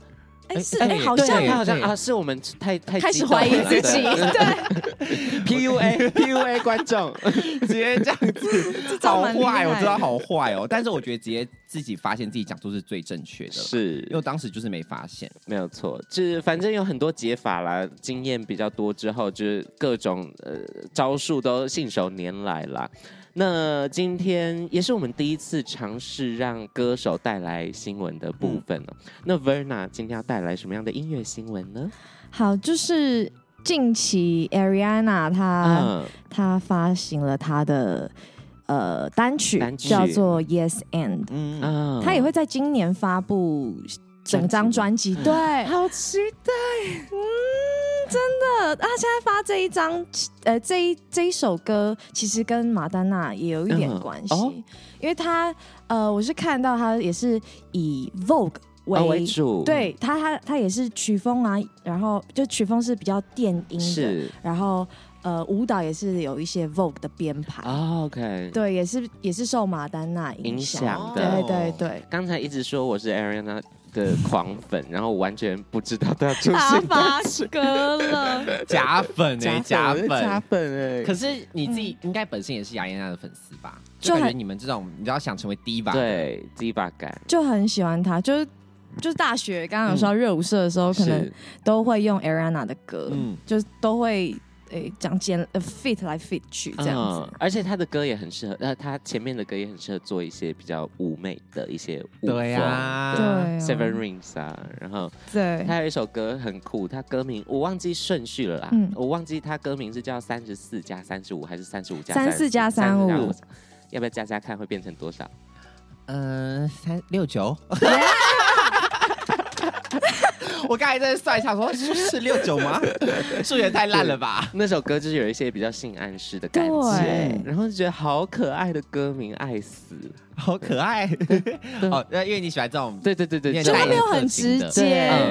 [SPEAKER 2] 哎，是
[SPEAKER 1] 哎
[SPEAKER 2] 哎，好
[SPEAKER 1] 对
[SPEAKER 2] 像
[SPEAKER 1] 他好像
[SPEAKER 3] 对
[SPEAKER 1] 啊，是我们太太
[SPEAKER 2] 开始
[SPEAKER 1] 激动了
[SPEAKER 2] 怀疑自己
[SPEAKER 1] 对 PUA PUA 观众，
[SPEAKER 3] 直接 这样子，好
[SPEAKER 2] 蛮厉害
[SPEAKER 3] 坏
[SPEAKER 2] 的
[SPEAKER 3] 哦，我知道好坏哦。但是我觉得直接自己发现自己讲出是最正确的，因为
[SPEAKER 1] 是
[SPEAKER 3] 我当时就是没发现。
[SPEAKER 1] 没有错，就是反正有很多解法啦，经验比较多之后，就是各种呃招数都信手拈来啦。那今天也是我们第一次尝试让歌手带来新闻的部分了、那 Verna 今天要带来什么样的音乐新闻呢？
[SPEAKER 2] 好，就是近期 Ariana 她、
[SPEAKER 1] 嗯，
[SPEAKER 2] 她发行了她的呃单曲，
[SPEAKER 1] 单曲
[SPEAKER 2] 叫做 Yes and，、
[SPEAKER 3] 嗯
[SPEAKER 1] 啊
[SPEAKER 2] 她也会在今年发布整张专辑，对，
[SPEAKER 1] 嗯
[SPEAKER 2] 嗯
[SPEAKER 1] 好期待。
[SPEAKER 2] 呃，她现在发这一张，呃，这一这一首歌其实跟马丹娜也有一点
[SPEAKER 1] 嗯
[SPEAKER 2] 关系，
[SPEAKER 1] 哦
[SPEAKER 2] 因为她呃，我是看到她也是以 Vogue 为,、
[SPEAKER 1] 哦为主，
[SPEAKER 2] 对她她她也是曲风啊，然后就曲风是比较电音的，
[SPEAKER 1] 是
[SPEAKER 2] 然后呃，舞蹈也是有一些 Vogue 的编排，
[SPEAKER 1] 啊，OK。
[SPEAKER 2] 对，也是也是受马丹娜影
[SPEAKER 1] 影
[SPEAKER 2] 响，
[SPEAKER 1] 响
[SPEAKER 2] 对
[SPEAKER 1] 的。
[SPEAKER 2] 对对。
[SPEAKER 1] 刚才一直说我是 Ariana 的狂粉，然后我完全不知道他出现
[SPEAKER 2] 发歌了，
[SPEAKER 3] 假粉哎，嗯假
[SPEAKER 1] 加
[SPEAKER 3] 粉。
[SPEAKER 1] 粉哎，
[SPEAKER 3] 可是你自己应该本身也是雅典娜的粉丝吧？
[SPEAKER 2] 就
[SPEAKER 3] 就
[SPEAKER 2] 很
[SPEAKER 3] 感觉你们这种，你知道想成为 diva，，
[SPEAKER 1] 对鸡巴感
[SPEAKER 2] 就很喜欢她，就是就是大学刚刚有说到热舞社的时候，可能
[SPEAKER 1] 是
[SPEAKER 2] 都会用 Ariana 的歌，
[SPEAKER 3] 嗯
[SPEAKER 2] 就是都会诶讲简呃 fit 来 fit 去这样子
[SPEAKER 1] 嗯，而且他的歌也很适合，呃，他前面的歌也很适合做一些比较妩媚的一些舞
[SPEAKER 3] 对啊
[SPEAKER 1] 风
[SPEAKER 2] 对啊
[SPEAKER 1] 对 Seven Rings 啊，然后
[SPEAKER 2] 对，
[SPEAKER 1] 他有一首歌很酷，他歌名我忘记顺序了啦，
[SPEAKER 2] 嗯
[SPEAKER 1] 我忘记他歌名是叫三十四加三十五还是三十五加
[SPEAKER 2] 34加
[SPEAKER 1] 35
[SPEAKER 2] 35
[SPEAKER 1] 要不要加加看会变成多少？
[SPEAKER 3] 嗯，三六 九。我刚才在算一下，说是六九 吗？数学太烂了吧？
[SPEAKER 1] 那首歌就是有一些比较性暗示的感
[SPEAKER 2] 对
[SPEAKER 1] 觉，然后就觉得好可爱的歌名，爱死。
[SPEAKER 3] 好可爱哦！那因为你喜欢这种
[SPEAKER 1] 对对对对，
[SPEAKER 3] 面
[SPEAKER 2] 就
[SPEAKER 1] 这
[SPEAKER 2] 他
[SPEAKER 1] 样
[SPEAKER 2] 没有
[SPEAKER 3] 带
[SPEAKER 2] 很
[SPEAKER 3] 有色情
[SPEAKER 2] 直
[SPEAKER 3] 的
[SPEAKER 2] 接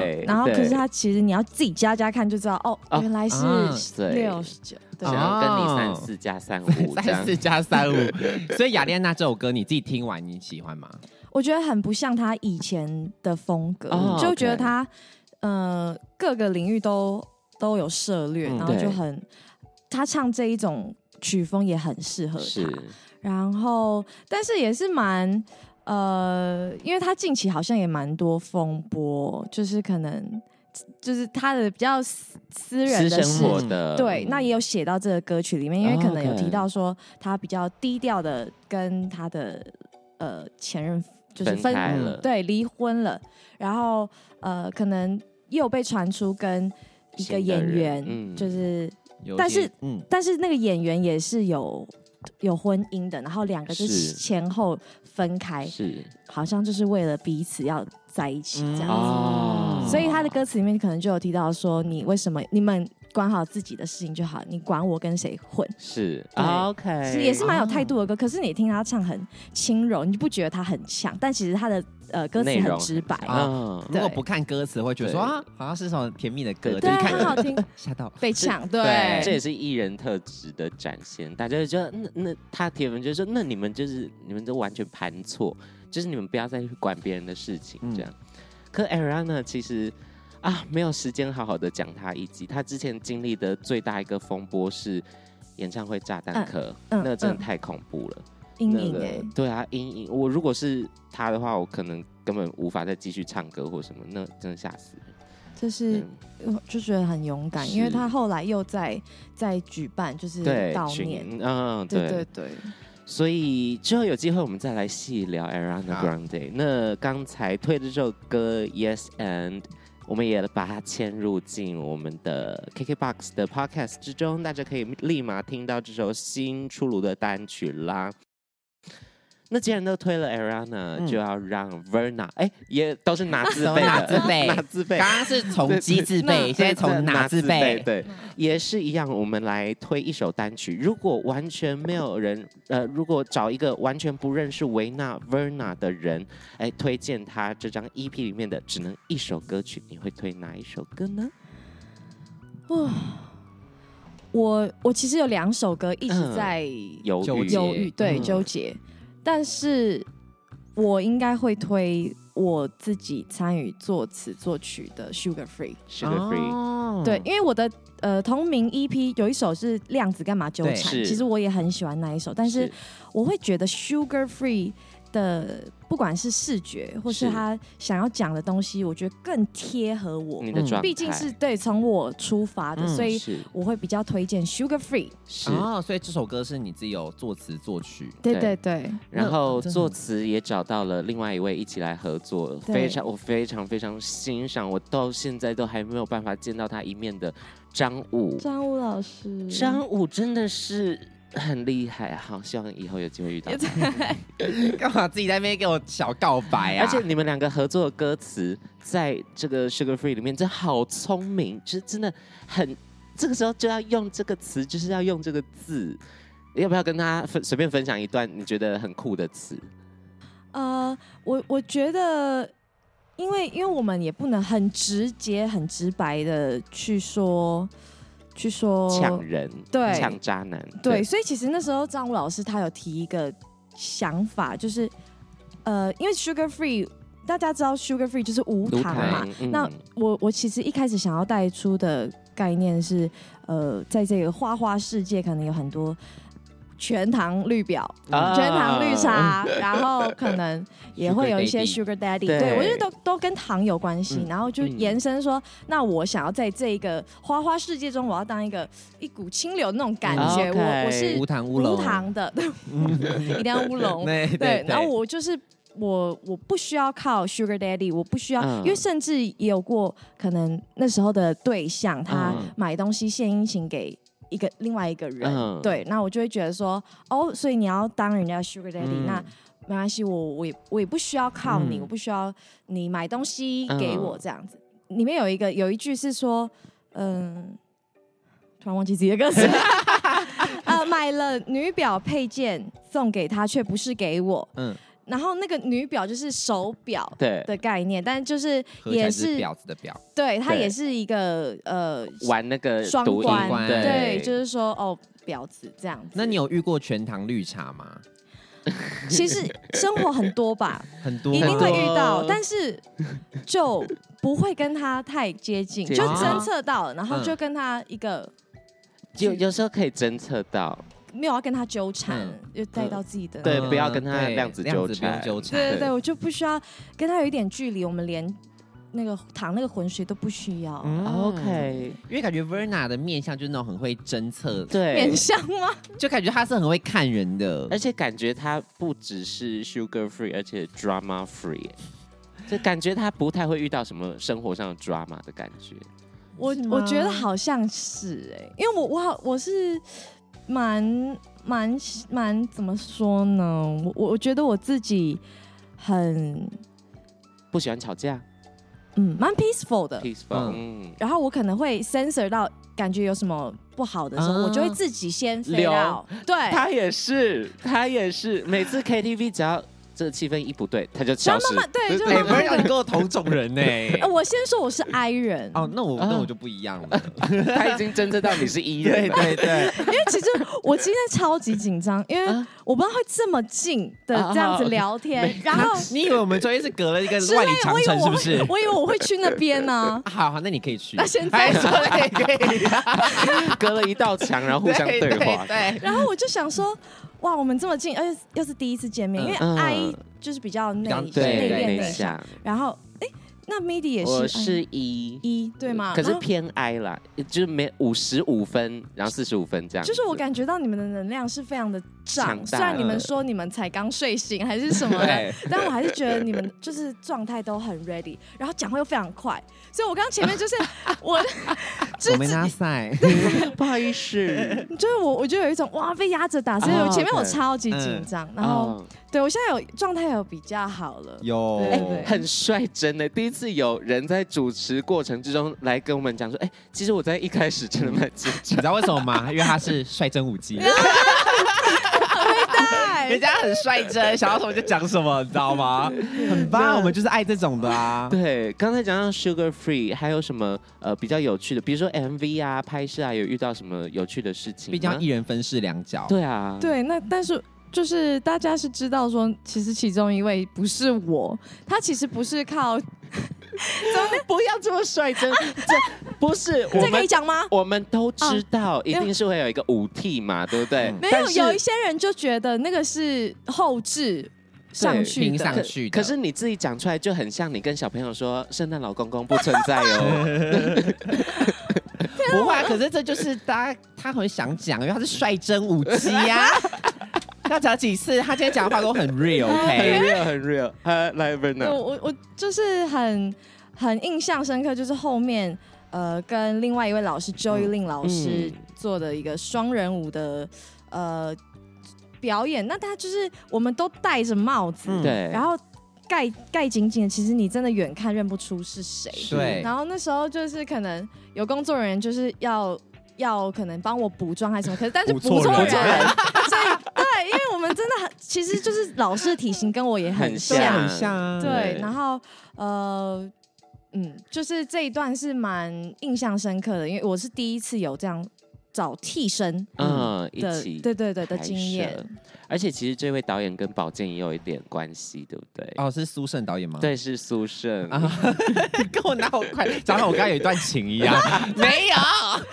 [SPEAKER 1] 对，
[SPEAKER 2] 然后可
[SPEAKER 1] 对
[SPEAKER 2] 是他其实你要自己加加看就知道，哦，
[SPEAKER 1] 哦
[SPEAKER 2] 原来是
[SPEAKER 3] 啊
[SPEAKER 1] 对
[SPEAKER 2] 六十九，对
[SPEAKER 1] 想要跟你三
[SPEAKER 3] 哦
[SPEAKER 1] 四加三五这
[SPEAKER 3] 三
[SPEAKER 1] 样
[SPEAKER 3] 四。加三五， 所以雅典娜这首歌你自己听完你喜欢吗？
[SPEAKER 2] 我觉得很不像他以前的风格，
[SPEAKER 1] 哦
[SPEAKER 2] 就
[SPEAKER 1] OK
[SPEAKER 2] 觉得他呃各个领域都都有涉略，
[SPEAKER 3] 嗯
[SPEAKER 2] 然后就
[SPEAKER 1] 对
[SPEAKER 2] 很他唱这一种曲风也很适合
[SPEAKER 1] 是
[SPEAKER 2] 他，然后但是也是蛮呃，因为他近期好像也蛮多风波，就是可能就是他的比较私私人
[SPEAKER 1] 私
[SPEAKER 2] 的
[SPEAKER 1] 生
[SPEAKER 2] 事
[SPEAKER 1] 活的
[SPEAKER 2] 对，那也有写到这个歌曲里面，因为可能有
[SPEAKER 1] 嗯哦 OK
[SPEAKER 2] 提到说他比较低调的跟他的呃前任就是
[SPEAKER 1] 分
[SPEAKER 2] 分嗯
[SPEAKER 1] 开了，
[SPEAKER 2] 对离婚了，然后呃可能又被传出跟一个
[SPEAKER 1] 新的
[SPEAKER 2] 演
[SPEAKER 1] 人
[SPEAKER 2] 员，
[SPEAKER 1] 嗯
[SPEAKER 2] 就是
[SPEAKER 3] 有
[SPEAKER 2] 但
[SPEAKER 3] 些
[SPEAKER 2] 是
[SPEAKER 3] 嗯，
[SPEAKER 2] 但是那个演员也是有有婚姻的，然后两个就是
[SPEAKER 1] 是
[SPEAKER 2] 前后分开，
[SPEAKER 1] 是
[SPEAKER 2] 好像就是为了彼此要在一起这样子。
[SPEAKER 1] 哦，
[SPEAKER 2] 所以他的歌词里面可能就有提到说，你为什么你们管好自己的事情就好，你管我跟谁混，
[SPEAKER 1] 是
[SPEAKER 2] 对
[SPEAKER 1] OK，
[SPEAKER 2] 是也是蛮有态度的歌。可是你听他唱很轻柔，你不觉得他很呛，但其实他的呃歌词
[SPEAKER 1] 内
[SPEAKER 2] 很
[SPEAKER 1] 容
[SPEAKER 2] 直白，
[SPEAKER 3] 啊
[SPEAKER 1] 嗯
[SPEAKER 3] 如果
[SPEAKER 2] 对
[SPEAKER 3] 不看歌词会觉得说
[SPEAKER 1] 对
[SPEAKER 3] 啊，好像是什么甜蜜的歌，
[SPEAKER 1] 对
[SPEAKER 2] 对啊
[SPEAKER 3] 就一，看
[SPEAKER 2] 很好听，
[SPEAKER 3] 吓到。
[SPEAKER 2] 被呛，
[SPEAKER 3] 对
[SPEAKER 1] 这
[SPEAKER 2] 对
[SPEAKER 1] 也是艺人特质的展现。大家就觉得，那那他铁粉就说，那你们就是你们都完全盘错，就是你们不要再去管别人的事情
[SPEAKER 3] 嗯
[SPEAKER 1] 这样。可 Ariana 其实啊，没有时间好好的讲他一集。他之前经历的最大一个风波是演唱会炸弹客，
[SPEAKER 2] 嗯嗯
[SPEAKER 1] 那真
[SPEAKER 2] 嗯
[SPEAKER 1] 的太恐怖了。
[SPEAKER 2] 阴
[SPEAKER 1] 那
[SPEAKER 2] 影
[SPEAKER 1] 个
[SPEAKER 2] 哎，
[SPEAKER 1] 对啊，阴影。我如果是他的话，我可能根本无法再继续唱歌或什么，那真的吓死人。
[SPEAKER 2] 就是
[SPEAKER 1] 嗯
[SPEAKER 2] 呃就觉得很勇敢，
[SPEAKER 1] 是
[SPEAKER 2] 因为他后来又在在举办就是
[SPEAKER 1] 对，
[SPEAKER 2] 悼
[SPEAKER 1] 群
[SPEAKER 2] 念，
[SPEAKER 1] 嗯，
[SPEAKER 2] 对对对，
[SPEAKER 1] 所以之后有机会我们再来细聊 Ariana
[SPEAKER 3] 好
[SPEAKER 1] Grande。那刚才推的这首歌 Yes and。我们也把它嵌入进我们的 KKBOX 的 Podcast 之中，大家可以立马听到这首新出炉的单曲啦。那既然都推了 Ariana，、就要让 Verna，哎，也都是拿自备的，
[SPEAKER 3] 哪自 备？
[SPEAKER 1] 拿自备。
[SPEAKER 3] 刚刚是从
[SPEAKER 1] 对
[SPEAKER 3] 鸡自备，
[SPEAKER 1] 对
[SPEAKER 3] 现在从
[SPEAKER 1] 对
[SPEAKER 3] 哪自备？
[SPEAKER 1] 对，也是一样。我们来推一首单曲，如果完全没有人，呃，如果找一个完全不认识维纳 Verna 的人，哎，推荐他这张 EP 里面的只能一首歌曲，你会推哪一首歌呢？
[SPEAKER 3] 嗯
[SPEAKER 2] 哇，我我其实有两首歌一直
[SPEAKER 1] 嗯
[SPEAKER 2] 在
[SPEAKER 1] 犹
[SPEAKER 3] 纠
[SPEAKER 1] 豫，
[SPEAKER 3] 结
[SPEAKER 2] 犹豫，对，
[SPEAKER 1] 嗯
[SPEAKER 2] 纠结。但是我应该会推我自己参与作词作曲的《Sugar Free》。
[SPEAKER 1] Sugar Free，、
[SPEAKER 3] 哦
[SPEAKER 2] 对，，因为我的呃同名 EP 有一首是《量子干嘛纠缠
[SPEAKER 3] 对》，
[SPEAKER 1] 是
[SPEAKER 2] 其实我也很喜欢那一首，但是我会觉得 Sugar Free 的不管是视觉或是
[SPEAKER 1] 是
[SPEAKER 2] 他想要讲的东西，我觉得更贴合我，
[SPEAKER 1] 你的
[SPEAKER 3] 嗯
[SPEAKER 1] 状态，
[SPEAKER 2] 毕竟是对从我出发的，
[SPEAKER 3] 嗯
[SPEAKER 2] 所以
[SPEAKER 1] 是
[SPEAKER 2] 我会比较推荐 Sugar Free。
[SPEAKER 1] 是。
[SPEAKER 3] 哦，所以这首歌是你自己有作词作曲，
[SPEAKER 2] 对
[SPEAKER 1] 对
[SPEAKER 2] 对对，
[SPEAKER 1] 然
[SPEAKER 3] 那
[SPEAKER 1] 后
[SPEAKER 3] 真的
[SPEAKER 1] 作
[SPEAKER 3] 很
[SPEAKER 1] 词也找到了另外一位一起来合作，
[SPEAKER 2] 对
[SPEAKER 1] 非常我非常非常欣赏，我到现在都还没有办法见到他一面的张武。
[SPEAKER 2] 张武老师，
[SPEAKER 1] 张武真的是很厉害，好，希望以后有机会遇到他。
[SPEAKER 3] 干嘛自己在那边给我小告白
[SPEAKER 1] 哎
[SPEAKER 3] 啊？
[SPEAKER 1] 而且你们两个合作的歌词，在这个 Sugar Free 里面，真的好聪明，就是真的很，这个时候就要用这个词，就是要用这个字。要不要跟他分随便分享一段你觉得很酷的词？
[SPEAKER 2] 呃，我我觉得，因为因为我们也不能很直接、很直白的去说，去说
[SPEAKER 1] 抢人，
[SPEAKER 2] 哦对
[SPEAKER 1] 抢渣男，
[SPEAKER 2] 对，所以其实那时候张武老师他有提一个想法，就是呃，因为 sugar free，大家知道 sugar free 就是无
[SPEAKER 1] 无
[SPEAKER 2] 糖嘛。
[SPEAKER 1] 糖嗯
[SPEAKER 2] 那我我其实一开始想要带出的概念是，呃，在这个花花世界，可能有很多全糖绿表、
[SPEAKER 1] 啊
[SPEAKER 2] 全糖绿茶，然后可能也会有一些
[SPEAKER 3] Sugar
[SPEAKER 2] sugar daddy，
[SPEAKER 1] 嗯对
[SPEAKER 2] 对我觉得都都跟糖有关系。
[SPEAKER 1] 嗯
[SPEAKER 2] 然后就延伸说，那我想要在这个花花世界中，我要当一个一股清流那种感
[SPEAKER 1] 嗯
[SPEAKER 2] 觉，我
[SPEAKER 1] OK
[SPEAKER 2] 我是
[SPEAKER 3] 无糖乌龙，
[SPEAKER 2] 无糖的， 一定要乌龙。
[SPEAKER 3] 对
[SPEAKER 2] 对
[SPEAKER 3] 对，，
[SPEAKER 2] 然后我就是我我不需要靠 Sugar Daddy，我不需要，
[SPEAKER 1] 嗯
[SPEAKER 2] 因为甚至也有过可能那时候的对象他
[SPEAKER 1] 嗯
[SPEAKER 2] 买东西献殷勤给。一个另外一个人，
[SPEAKER 1] 嗯
[SPEAKER 2] 对，那我就会觉得说，哦，所以你要当人家 Sugar Daddy，、
[SPEAKER 1] 嗯
[SPEAKER 2] 那没关系，我我也我也不需要靠你，
[SPEAKER 3] 嗯
[SPEAKER 2] 我不需要你买东西
[SPEAKER 1] 嗯
[SPEAKER 2] 给我这样子。里面有一个有一句是说，嗯，突然忘记自己的歌 词，呃，买了女表配件送给他，却不是给我。
[SPEAKER 3] 嗯
[SPEAKER 2] 嗯，然后那个女表就是手表
[SPEAKER 1] 对
[SPEAKER 2] 的概念，但就是
[SPEAKER 3] 合起
[SPEAKER 2] 也
[SPEAKER 3] 来就是婊子的婊，
[SPEAKER 2] 对它
[SPEAKER 1] 对
[SPEAKER 2] 也是一个呃
[SPEAKER 1] 玩那个
[SPEAKER 2] 双
[SPEAKER 1] 读音
[SPEAKER 2] 关，
[SPEAKER 3] 关
[SPEAKER 2] 对，就是说哦。婊子这样子，
[SPEAKER 3] 那你有遇过全糖绿茶吗？
[SPEAKER 2] 其实生活很多吧，
[SPEAKER 3] 很多
[SPEAKER 2] 一定会遇到
[SPEAKER 1] 很多，
[SPEAKER 2] 但是就不会跟他太接近，
[SPEAKER 1] 接
[SPEAKER 2] 就
[SPEAKER 1] 近
[SPEAKER 2] 侦测到了，然后
[SPEAKER 3] 嗯
[SPEAKER 2] 就跟他一个
[SPEAKER 1] 有有时候可以侦测到，
[SPEAKER 2] 没有要跟他纠缠
[SPEAKER 3] 嗯，
[SPEAKER 2] 又带到自己的
[SPEAKER 1] 对，不要跟他
[SPEAKER 3] 对
[SPEAKER 1] 量子
[SPEAKER 3] 量
[SPEAKER 1] 纠
[SPEAKER 3] 子不用
[SPEAKER 1] 缠，
[SPEAKER 3] 纠缠
[SPEAKER 2] 对对对，我就不需要跟他有一点距离，我们连那个淌那个浑水都不需要。
[SPEAKER 3] 嗯
[SPEAKER 1] OK，
[SPEAKER 3] 因为感觉 Verna 的面相就是那种很会侦测，
[SPEAKER 1] 对
[SPEAKER 2] 面。相吗？
[SPEAKER 3] 就感觉她是很会看人的
[SPEAKER 1] 而。且感觉他不只是 sugar free，而且 drama free，就感觉他不太会遇到什么生活上的 drama 的感觉。
[SPEAKER 2] 我
[SPEAKER 3] 是吗
[SPEAKER 2] 我觉得好像是哎、因为我我好我是蛮蛮蛮怎么说呢？我我我觉得我自己很
[SPEAKER 1] 不喜欢吵架
[SPEAKER 2] 嗯蛮 peaceful 的，
[SPEAKER 1] ，peaceful，嗯，
[SPEAKER 2] 然后我可能会 censor 到感觉有什么不好的时候，
[SPEAKER 3] 啊
[SPEAKER 2] 我就会自己先飞
[SPEAKER 1] 留
[SPEAKER 2] 到对。
[SPEAKER 1] 他也是，他也是，每次 KTV 只要这个气氛一不对，他就消
[SPEAKER 2] 然
[SPEAKER 1] 失
[SPEAKER 2] 后慢。慢对，就
[SPEAKER 3] 哎
[SPEAKER 2] 慢慢
[SPEAKER 3] ，Verna
[SPEAKER 2] 的
[SPEAKER 3] 你。跟我同种人 呢？
[SPEAKER 2] 呃我先说我是 I 人，
[SPEAKER 3] 哦，那我
[SPEAKER 1] 啊
[SPEAKER 3] 那我就不一样了。
[SPEAKER 1] 他已经侦测到你是 E 人
[SPEAKER 3] 对
[SPEAKER 1] 了，
[SPEAKER 3] 对对，
[SPEAKER 2] 因为其实我今天超级紧张，因为
[SPEAKER 1] 啊
[SPEAKER 2] 我不知道会这么近的这样子聊天，
[SPEAKER 3] 啊
[SPEAKER 2] 然后
[SPEAKER 3] 你以为我们昨天是隔了一个
[SPEAKER 2] 之类
[SPEAKER 3] 万里，长
[SPEAKER 2] 我以为
[SPEAKER 3] 城是
[SPEAKER 2] 我
[SPEAKER 3] 不
[SPEAKER 2] 会
[SPEAKER 3] 是，？。
[SPEAKER 2] 我以为我会去那边呢
[SPEAKER 3] 好好，那你可以去。
[SPEAKER 2] 那现在
[SPEAKER 3] 哎 说也可以，
[SPEAKER 1] 隔了一道墙，然后互相对话。
[SPEAKER 3] 对，
[SPEAKER 2] 然后我就想说，哇，我们这么近，而且又是第一次见面，因为
[SPEAKER 1] 嗯
[SPEAKER 2] I 就是比较内
[SPEAKER 3] 比较
[SPEAKER 2] 内
[SPEAKER 3] 对
[SPEAKER 2] 敛
[SPEAKER 1] 内
[SPEAKER 2] 内向，
[SPEAKER 1] 向，
[SPEAKER 2] 然后哎，那 MIDI 也
[SPEAKER 1] 我
[SPEAKER 2] 是呃
[SPEAKER 1] 是 E。
[SPEAKER 2] 一对吗？
[SPEAKER 1] 可是
[SPEAKER 2] 然后
[SPEAKER 1] 偏 I 啦，就是没五十五分，然后四十五分这样。
[SPEAKER 2] 就是我感觉到你们的能量是非常的
[SPEAKER 1] 长
[SPEAKER 2] 长。
[SPEAKER 1] 大
[SPEAKER 2] 虽然你
[SPEAKER 1] 了
[SPEAKER 2] 们说你们才刚睡醒还是什么的
[SPEAKER 3] 对，
[SPEAKER 2] 但我还是觉得你们就是状态都很 ready，然后讲话又非常快，所以我刚刚前面 就是我，就
[SPEAKER 3] 我
[SPEAKER 2] 是
[SPEAKER 3] 没
[SPEAKER 2] 自
[SPEAKER 3] 拉塞，
[SPEAKER 1] 不好意思，
[SPEAKER 2] 就是我，我就有一种哇被压着打，所以
[SPEAKER 1] 哦
[SPEAKER 2] 我前面我
[SPEAKER 1] 对
[SPEAKER 2] 超级
[SPEAKER 3] 嗯
[SPEAKER 2] 紧张，然后
[SPEAKER 1] 哦，
[SPEAKER 2] 对我现在有状态有比较好了，
[SPEAKER 3] 有
[SPEAKER 2] 对对
[SPEAKER 1] 很率真的，第一次有人在主持过程之中来跟我们讲说，哎，其实我在一开始真的蛮紧
[SPEAKER 3] 你
[SPEAKER 1] 张
[SPEAKER 3] 知道为什么吗？因为他是率真舞姬，人
[SPEAKER 2] 对，
[SPEAKER 3] 家很率真，想到什么就讲什么，你知道吗？很棒，我们就是爱这种的啊。
[SPEAKER 1] 对，刚才讲到 Sugar Free，还有什么呃比较有趣的，比如说 MV 啊、拍摄啊，有遇到什么有趣的事情吗？
[SPEAKER 3] 毕竟要一人分饰两角，
[SPEAKER 1] 对啊，
[SPEAKER 2] 对，那但是。就是大家是知道说，其实其中一位不是我，他其实不是靠
[SPEAKER 1] 不要这么率 真，这不是我
[SPEAKER 2] 这可以
[SPEAKER 1] 们。
[SPEAKER 2] 讲吗？
[SPEAKER 1] 我们都知道，一定是会有一个舞替嘛，对不
[SPEAKER 3] 嗯
[SPEAKER 1] 对？
[SPEAKER 2] 没
[SPEAKER 1] 但
[SPEAKER 2] 有，
[SPEAKER 1] 是
[SPEAKER 2] 有一些人就觉得那个是后置上去
[SPEAKER 3] 拼
[SPEAKER 2] 的，
[SPEAKER 3] 上去的。
[SPEAKER 1] 可是你自己讲出来就很像你跟小朋友说“圣诞老公公不存在 哦
[SPEAKER 3] 不会啊，可是这就是大家他很想讲，因为他是率真舞姬 呀、要讲几次？他今天讲的话都很 real，OK？、”，
[SPEAKER 1] 很 real 很 real。哈，来 v e r n
[SPEAKER 2] 对
[SPEAKER 1] a
[SPEAKER 2] 我我就是很很印象深刻，就是后面呃跟另外一位老师 Joey Lin 老师
[SPEAKER 1] 嗯
[SPEAKER 2] 做的一个双人舞的呃表演，那他就是我们都戴着帽子，
[SPEAKER 3] 嗯
[SPEAKER 1] 对，
[SPEAKER 2] 然后盖盖紧紧的，其实你真的远看认不出是谁。
[SPEAKER 3] 对，
[SPEAKER 2] 然后那时候就是可能有工作人员就是要要可能帮我补妆还是什么，可是但是
[SPEAKER 3] 补
[SPEAKER 2] 补
[SPEAKER 3] 错
[SPEAKER 2] 错
[SPEAKER 3] 人
[SPEAKER 2] 人，
[SPEAKER 3] 补错
[SPEAKER 1] 啊
[SPEAKER 3] 人
[SPEAKER 2] 所以对，因为我们真的很，其实就是老师的体型跟我也
[SPEAKER 1] 很
[SPEAKER 2] 像，
[SPEAKER 1] 像
[SPEAKER 3] 很像啊。
[SPEAKER 2] 对
[SPEAKER 1] 对，
[SPEAKER 2] 然后呃。嗯，就是这一段是蛮印象深刻的，因为我是第一次有这样找替身
[SPEAKER 1] 嗯，一
[SPEAKER 2] 的，
[SPEAKER 1] 起
[SPEAKER 2] 对对对的
[SPEAKER 1] 拍
[SPEAKER 2] 经
[SPEAKER 1] 摄
[SPEAKER 2] 验。
[SPEAKER 1] 而且其实这位导演跟宝剑也有一点关系，对不对？
[SPEAKER 3] 哦，是苏胜导演吗？，
[SPEAKER 1] 对，是苏胜。
[SPEAKER 3] 啊跟我哪有 快？讲到我刚刚有一段情啊一样， 没有。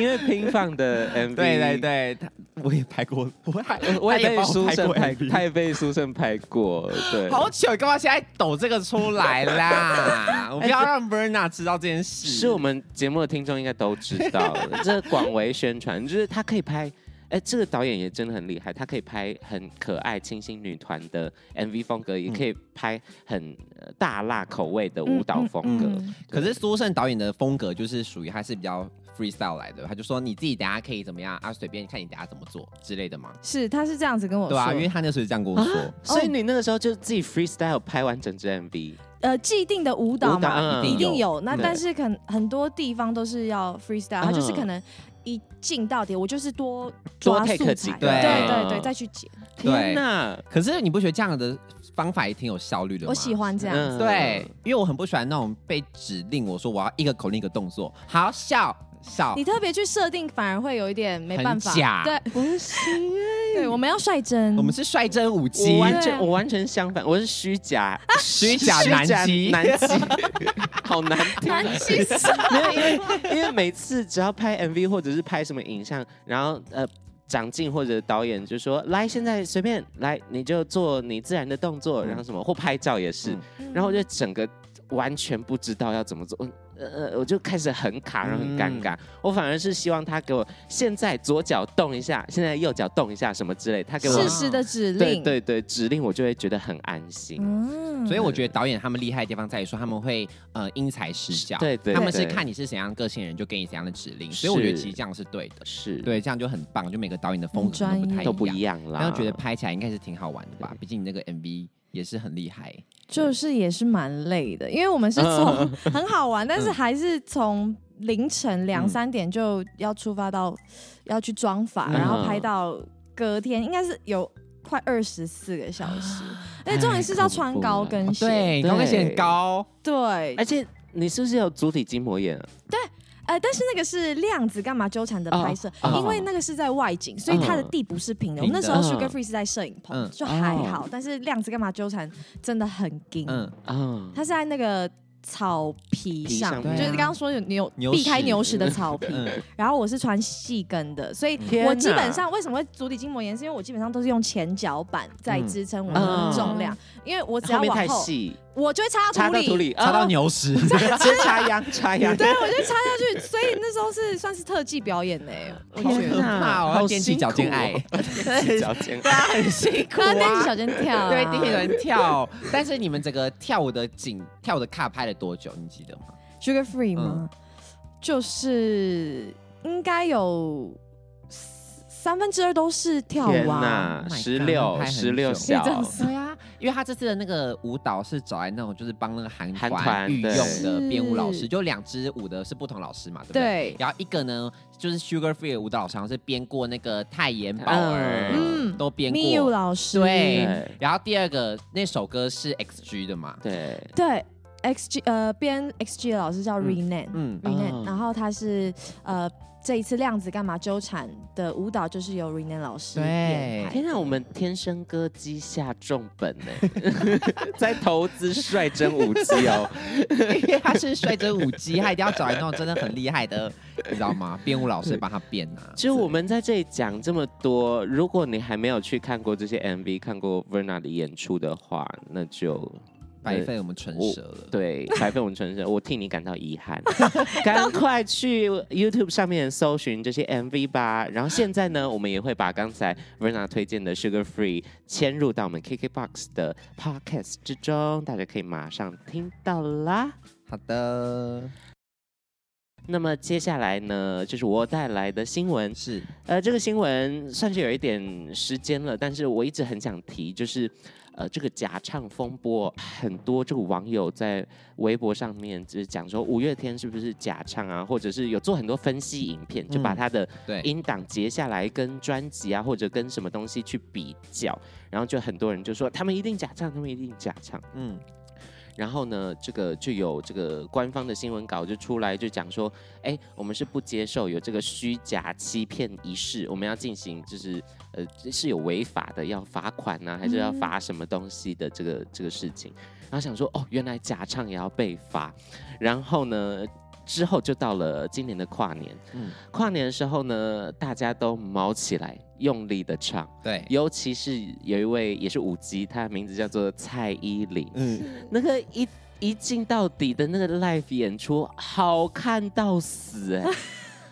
[SPEAKER 1] 因为拼放的 MV，
[SPEAKER 3] 对对对，他我也拍过，我还
[SPEAKER 1] 呃我也
[SPEAKER 3] 他
[SPEAKER 1] 被
[SPEAKER 3] 帮
[SPEAKER 1] 苏
[SPEAKER 3] 拍
[SPEAKER 1] 胜
[SPEAKER 3] 过
[SPEAKER 1] 拍，
[SPEAKER 3] MV
[SPEAKER 1] 他也被苏胜拍过，对。
[SPEAKER 3] 好糗，你干嘛现在抖这个出来 啦？我不要让 Verna 知道这件事。
[SPEAKER 1] 是我们节目的听众应该都知道了， 这广为宣传，就是他可以拍，哎、这个导演也真的很厉害，他可以拍很可爱清新女团的 MV 风格，也可以拍很呃大辣口味的舞蹈风格。
[SPEAKER 2] 嗯嗯嗯
[SPEAKER 3] 可是苏胜导演的风格就是属于他是比较 freestyle 来的，他就说你自己等下可以怎么样啊，随便看你等下怎么做之类的嘛。
[SPEAKER 2] 是，他是这样子跟我
[SPEAKER 3] 对
[SPEAKER 1] 哦
[SPEAKER 2] 说，
[SPEAKER 3] 啊，因为他那时候是这样跟我说，
[SPEAKER 2] 啊
[SPEAKER 1] 所以你那个时候就自己 freestyle 拍完整支 MV，
[SPEAKER 2] 呃既定的舞蹈
[SPEAKER 1] 舞蹈
[SPEAKER 2] 嘛，
[SPEAKER 1] 嗯
[SPEAKER 2] 一定有。那
[SPEAKER 1] 对
[SPEAKER 2] 但是可能很多地方都是要 freestyle，它就是
[SPEAKER 1] 嗯
[SPEAKER 2] 可能一进到底，我就是多
[SPEAKER 1] 多
[SPEAKER 2] 抓
[SPEAKER 1] take
[SPEAKER 2] 素
[SPEAKER 1] 几
[SPEAKER 2] 材，
[SPEAKER 1] 个
[SPEAKER 2] 对
[SPEAKER 1] 嗯
[SPEAKER 2] 对对，再去剪。
[SPEAKER 3] 对
[SPEAKER 1] 天哪，
[SPEAKER 3] 可是你不觉得这样的方法也挺有效率的吗？
[SPEAKER 2] 我喜。欢这样
[SPEAKER 1] 嗯
[SPEAKER 2] 子，
[SPEAKER 3] 对，因为我很不喜欢那种被指令，我说我要一个口令一个动作，好笑笑
[SPEAKER 2] 你，特别去设定，反而会有一点没办法
[SPEAKER 3] 很假。
[SPEAKER 2] 对，
[SPEAKER 1] 不行
[SPEAKER 2] 对，我们要率 真，
[SPEAKER 3] 我们是率真舞姬
[SPEAKER 1] 我，完全
[SPEAKER 2] 对
[SPEAKER 1] 我完全相反，我是虚假
[SPEAKER 3] 虚假男姬
[SPEAKER 1] 男 姬，好难听啊。
[SPEAKER 2] 难心死。
[SPEAKER 1] 没有，因为因为每次只要拍 MV 或者是拍什么影像，然后呃，长进或者导演就说来，现在随便来，你就做你自然的动作，
[SPEAKER 3] 嗯
[SPEAKER 1] 然后什么或拍照也是，然后我就整个完全不知道要怎么做。嗯呃，呃我就开始很
[SPEAKER 3] 嗯
[SPEAKER 1] 卡，然后很尴尬。我反而是希望他给我现在左脚动一下，现在右脚动一下什么之类，他 给我
[SPEAKER 2] 适时的指
[SPEAKER 1] 对
[SPEAKER 2] 令，
[SPEAKER 1] 对对指令，我就会觉得很安心。
[SPEAKER 2] 嗯
[SPEAKER 3] 所以我觉得导演他们厉害的地方在于说他们会呃因材施教，
[SPEAKER 1] 对对
[SPEAKER 3] 他们是
[SPEAKER 1] 对
[SPEAKER 3] 看你是怎样个性的人就给你怎样的指令，所以我觉得
[SPEAKER 1] 是
[SPEAKER 3] 其实这样是对的，
[SPEAKER 1] 是，
[SPEAKER 3] 对，这样就很棒，就每个导演的风格可能都不太
[SPEAKER 1] 都不
[SPEAKER 3] 一
[SPEAKER 1] 一
[SPEAKER 3] 样，
[SPEAKER 1] 样啦。
[SPEAKER 3] 但我觉得拍起来应该是挺好玩的吧，毕竟你那个 MV 也是很厉害，
[SPEAKER 1] 嗯
[SPEAKER 2] 就是也是蛮累的，因为我们是从 很好玩，但是
[SPEAKER 1] 嗯
[SPEAKER 2] 还是从凌晨两三点就要出发到要去妆发，
[SPEAKER 1] 嗯
[SPEAKER 2] 然后拍到隔天应该是有快二十四个小 时，而且重点是要穿高跟鞋，
[SPEAKER 3] 哦对，高跟鞋很高，
[SPEAKER 2] 对
[SPEAKER 1] 哦哎而，且你是不是有足底筋膜炎啊？
[SPEAKER 2] 呃，但是那个是量子干嘛纠缠的拍摄，
[SPEAKER 1] 哦哦嗯
[SPEAKER 2] 因为那个是在外景，所以它的地不是平的。我们那时候
[SPEAKER 1] 平的嗯
[SPEAKER 2] Sugar Free 是在摄影棚
[SPEAKER 3] 嗯，
[SPEAKER 2] 就还
[SPEAKER 1] 哦
[SPEAKER 2] 好，但是量子干嘛纠缠真的很硬，
[SPEAKER 3] 嗯，
[SPEAKER 1] 啊，
[SPEAKER 2] 它是在那个草皮
[SPEAKER 1] 皮
[SPEAKER 2] 上，
[SPEAKER 1] 上
[SPEAKER 2] 就是
[SPEAKER 3] 对啊
[SPEAKER 2] 刚刚说有牛
[SPEAKER 3] 牛
[SPEAKER 2] 避开
[SPEAKER 3] 屎
[SPEAKER 2] 牛屎的草 皮。
[SPEAKER 3] 嗯，
[SPEAKER 2] 然后我是穿细跟的，所以
[SPEAKER 1] 天
[SPEAKER 2] 我基
[SPEAKER 1] 哪
[SPEAKER 2] 本上为什么会足底筋膜炎，是因为我基本上都是用前脚板在
[SPEAKER 3] 嗯
[SPEAKER 2] 支撑我的重量，因为我只
[SPEAKER 1] 后
[SPEAKER 2] 要
[SPEAKER 1] 面太
[SPEAKER 2] 往后。
[SPEAKER 1] 细，
[SPEAKER 2] 我就会插
[SPEAKER 1] 插
[SPEAKER 2] 到土
[SPEAKER 1] 到
[SPEAKER 2] 里，哦
[SPEAKER 1] 土里，
[SPEAKER 3] 插到
[SPEAKER 1] 你，
[SPEAKER 3] 牛屎，
[SPEAKER 1] 直插秧，插秧。
[SPEAKER 2] 对，我就插下去，所以那时候是算是特技表演呢、我
[SPEAKER 1] 好
[SPEAKER 2] 觉
[SPEAKER 1] 可
[SPEAKER 2] 得。
[SPEAKER 1] 怕哦
[SPEAKER 3] 好
[SPEAKER 1] 好
[SPEAKER 3] 踮起
[SPEAKER 1] 辛
[SPEAKER 3] 脚尖
[SPEAKER 1] 苦
[SPEAKER 3] 爱，
[SPEAKER 1] 踮起脚尖
[SPEAKER 3] 大家很辛苦
[SPEAKER 2] 他踮起
[SPEAKER 3] 啊
[SPEAKER 2] 脚。尖跳、 啊，
[SPEAKER 3] 对，踮起脚尖 跳。但是你们这个跳舞的景、跳舞的卡拍了多久？你记得吗？
[SPEAKER 2] Sugar Free 吗？
[SPEAKER 1] 嗯
[SPEAKER 2] 就是应该有三三分之二都是跳
[SPEAKER 1] 天
[SPEAKER 2] 舞啊。
[SPEAKER 1] 呐
[SPEAKER 3] Oh，my
[SPEAKER 1] 十
[SPEAKER 3] God，
[SPEAKER 1] 六
[SPEAKER 3] 拍很
[SPEAKER 1] 十六
[SPEAKER 3] 久
[SPEAKER 1] 小
[SPEAKER 2] 可以这样子
[SPEAKER 3] 对啊，因为他这次的那个舞蹈是找来那种就是帮那个韩
[SPEAKER 1] 韩
[SPEAKER 3] 团
[SPEAKER 1] 团
[SPEAKER 3] 御
[SPEAKER 1] 对
[SPEAKER 3] 用的编舞老师，
[SPEAKER 2] 是
[SPEAKER 3] 就两支舞的是不同老师嘛，对不对？
[SPEAKER 2] 对，
[SPEAKER 3] 然后一个呢，就是 Sugar Free 的舞蹈老师，好像是编过那个泰妍宝儿，
[SPEAKER 2] 嗯
[SPEAKER 3] 都编
[SPEAKER 2] Miu
[SPEAKER 3] 过。
[SPEAKER 2] 老师，
[SPEAKER 3] 对
[SPEAKER 1] 对
[SPEAKER 3] 然后第二个那首歌是 XG 的嘛，
[SPEAKER 1] 对，
[SPEAKER 2] 对，XG 呃，编 XG 的老师叫
[SPEAKER 3] 嗯
[SPEAKER 2] Renan，
[SPEAKER 3] 嗯，
[SPEAKER 2] Renan，、
[SPEAKER 1] 哦
[SPEAKER 2] 然后他是呃这一次量子干嘛纠缠的舞蹈就是由 Renan 老师
[SPEAKER 3] 对
[SPEAKER 2] 编排
[SPEAKER 1] 天呐，我们天生歌姬下重本呢、在投资率真舞姬哦，
[SPEAKER 3] 因为他是摔着舞 姬，他一定要找来那种真的很厉害的，你知道吗？编舞老师帮他编啊。
[SPEAKER 1] 就嗯我们在这里讲这么多，如果你还没有去看过这些 MV，看过 Verna 的演出的话，那就
[SPEAKER 3] 白费我们唇舌了。
[SPEAKER 1] 对白费我们唇舌，我替你感到遗憾。赶快去 YouTube 上面搜寻这些 MV 吧。然后现在呢，我们也会把刚才 Verna 推荐的 Sugar Free 嵌入到我们 KKBox 的 Podcast 之中，大家可以马上听到啦。
[SPEAKER 3] 好的，
[SPEAKER 1] 那么接下来呢，就是我带来的新闻。
[SPEAKER 3] 是
[SPEAKER 1] 呃，这个新闻算是有一点时间了，但是我一直很想提，就是呃，这个假唱风波，很多这个网友在微博上面就是讲说五月天是不是假唱啊，或者是有做很多分析影片，就把
[SPEAKER 3] 嗯
[SPEAKER 1] 他的
[SPEAKER 3] 对，
[SPEAKER 1] 音档截下来跟专辑啊，或者跟什么东西去比较，然后就很多人就说他们一定假唱，他们一定假唱。
[SPEAKER 3] 嗯，
[SPEAKER 1] 然后呢，这个就有这个官方的新闻稿就出来，就讲说，哎，我们是不接受有这个虚假欺骗仪式，我们要进行就是呃是有违法的，要罚款啊呐、还是要
[SPEAKER 2] 嗯
[SPEAKER 1] 罚什么东西的这个这个事情。然后想说，哦，原来假唱也要被罚。然后呢，之后就到了今年的跨年，
[SPEAKER 3] 嗯
[SPEAKER 1] 跨年的时候呢，大家都毛起来，用力的唱，
[SPEAKER 3] 对，
[SPEAKER 1] 尤其是有一位也是舞姬，她的名字叫做蔡依林。
[SPEAKER 3] 嗯，
[SPEAKER 1] 那个一一镜到底的那个 live 演出，好看到死 哎、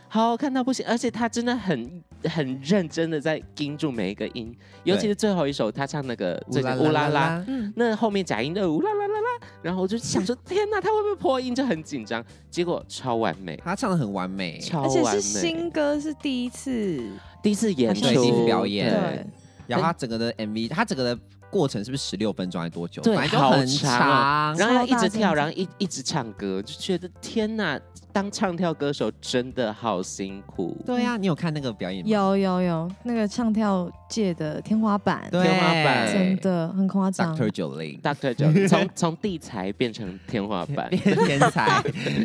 [SPEAKER 1] 好看到不行，而且他真的很很认真的在盯住每一个音，尤其是最后一首他唱那个最近乌拉拉，，
[SPEAKER 2] 嗯，
[SPEAKER 1] 那后面假音的乌啦啦啦啦，然后我就想说天哪，他会不会破音，就很紧张，结果超完美，
[SPEAKER 3] 他唱的很完美，
[SPEAKER 1] 超
[SPEAKER 2] 而
[SPEAKER 1] 完美，
[SPEAKER 2] 且是新歌，是第一次，
[SPEAKER 1] 第一次演
[SPEAKER 2] 好像是第一
[SPEAKER 1] 出
[SPEAKER 2] 次
[SPEAKER 3] 表演
[SPEAKER 1] 对
[SPEAKER 2] 对，
[SPEAKER 3] 然后他整个的 MV，他整个的过程是不是十六分钟还多久？
[SPEAKER 1] 对
[SPEAKER 3] 反正就
[SPEAKER 1] 好
[SPEAKER 3] 很
[SPEAKER 1] 长啊然
[SPEAKER 3] 长。
[SPEAKER 1] 后要一直跳，
[SPEAKER 2] 超大声
[SPEAKER 1] 然后一一直唱歌，就觉得天哪，当唱跳歌手真的好辛苦。
[SPEAKER 3] 对呀、啊，你有看那个表演吗？，
[SPEAKER 2] 有有有，那个唱跳界的天花板，
[SPEAKER 3] 对，
[SPEAKER 1] 天花板
[SPEAKER 2] 真的很夸张。
[SPEAKER 3] Doctor 九零。
[SPEAKER 1] Doctor 九 从从地才变成天花板，
[SPEAKER 3] 变天才，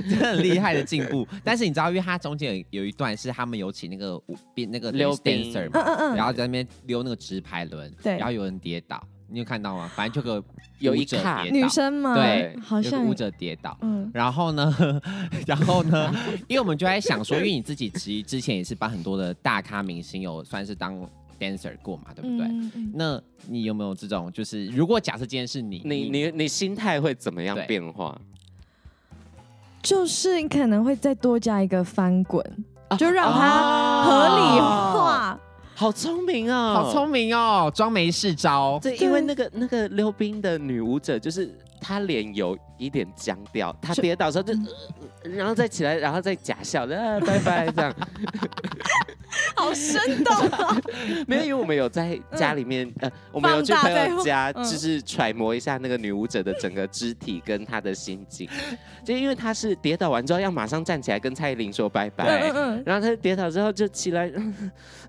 [SPEAKER 3] 真的很厉害的进步。但是你知道，因为他中间有有一段是他们有请那个舞变那个
[SPEAKER 1] 溜
[SPEAKER 3] d
[SPEAKER 1] 冰
[SPEAKER 3] dancer
[SPEAKER 2] 嗯
[SPEAKER 3] 嘛，
[SPEAKER 2] 嗯嗯，
[SPEAKER 3] 然后在那边溜那个直排轮，
[SPEAKER 2] 对
[SPEAKER 3] 然后有人跌倒，你有看到吗？反正就有个
[SPEAKER 1] 有
[SPEAKER 3] 舞
[SPEAKER 1] 一
[SPEAKER 3] 者
[SPEAKER 1] 卡
[SPEAKER 3] 跌倒
[SPEAKER 2] 女生嘛，
[SPEAKER 3] 对
[SPEAKER 2] 嗯好
[SPEAKER 3] 有个
[SPEAKER 2] 像
[SPEAKER 3] 舞者跌倒，
[SPEAKER 2] 嗯，
[SPEAKER 3] 然后呢， 然后呢，因为我们就在想说，因为你自己其实之前也是帮很多的大咖明星有算是当 dancer 过嘛，对不对？
[SPEAKER 2] 嗯？嗯嗯
[SPEAKER 3] 那你有没有这种，就是如果假设今天是你，
[SPEAKER 1] 你你你心态会怎么样
[SPEAKER 3] 对
[SPEAKER 1] 变化？
[SPEAKER 2] 就是你可能会再多加一个翻滚，哦就让它合理
[SPEAKER 1] 哦，
[SPEAKER 2] 化。
[SPEAKER 1] 好聪明哦，
[SPEAKER 3] 好聪明哦，装没事
[SPEAKER 2] 哦
[SPEAKER 3] 招，
[SPEAKER 1] 对，因为那个那个溜冰的女舞者，就是她脸有一点僵掉，她
[SPEAKER 2] 是嗯
[SPEAKER 1] 跌倒的时候就、呃然后再起来，然后再假笑，呃，拜拜这样。
[SPEAKER 2] 好生动啊！
[SPEAKER 1] 没有，因为我们有在家里面，呃，我们有去
[SPEAKER 2] 放大
[SPEAKER 1] 朋
[SPEAKER 2] 在
[SPEAKER 1] 友家，
[SPEAKER 2] 嗯
[SPEAKER 1] 就是揣摩一下那个女舞者的整个肢体跟她的心境。就因为她是跌倒完之后要马上站起来跟蔡依林说拜拜，
[SPEAKER 2] 嗯嗯嗯，
[SPEAKER 1] 然后她跌倒之后就起来，嗯、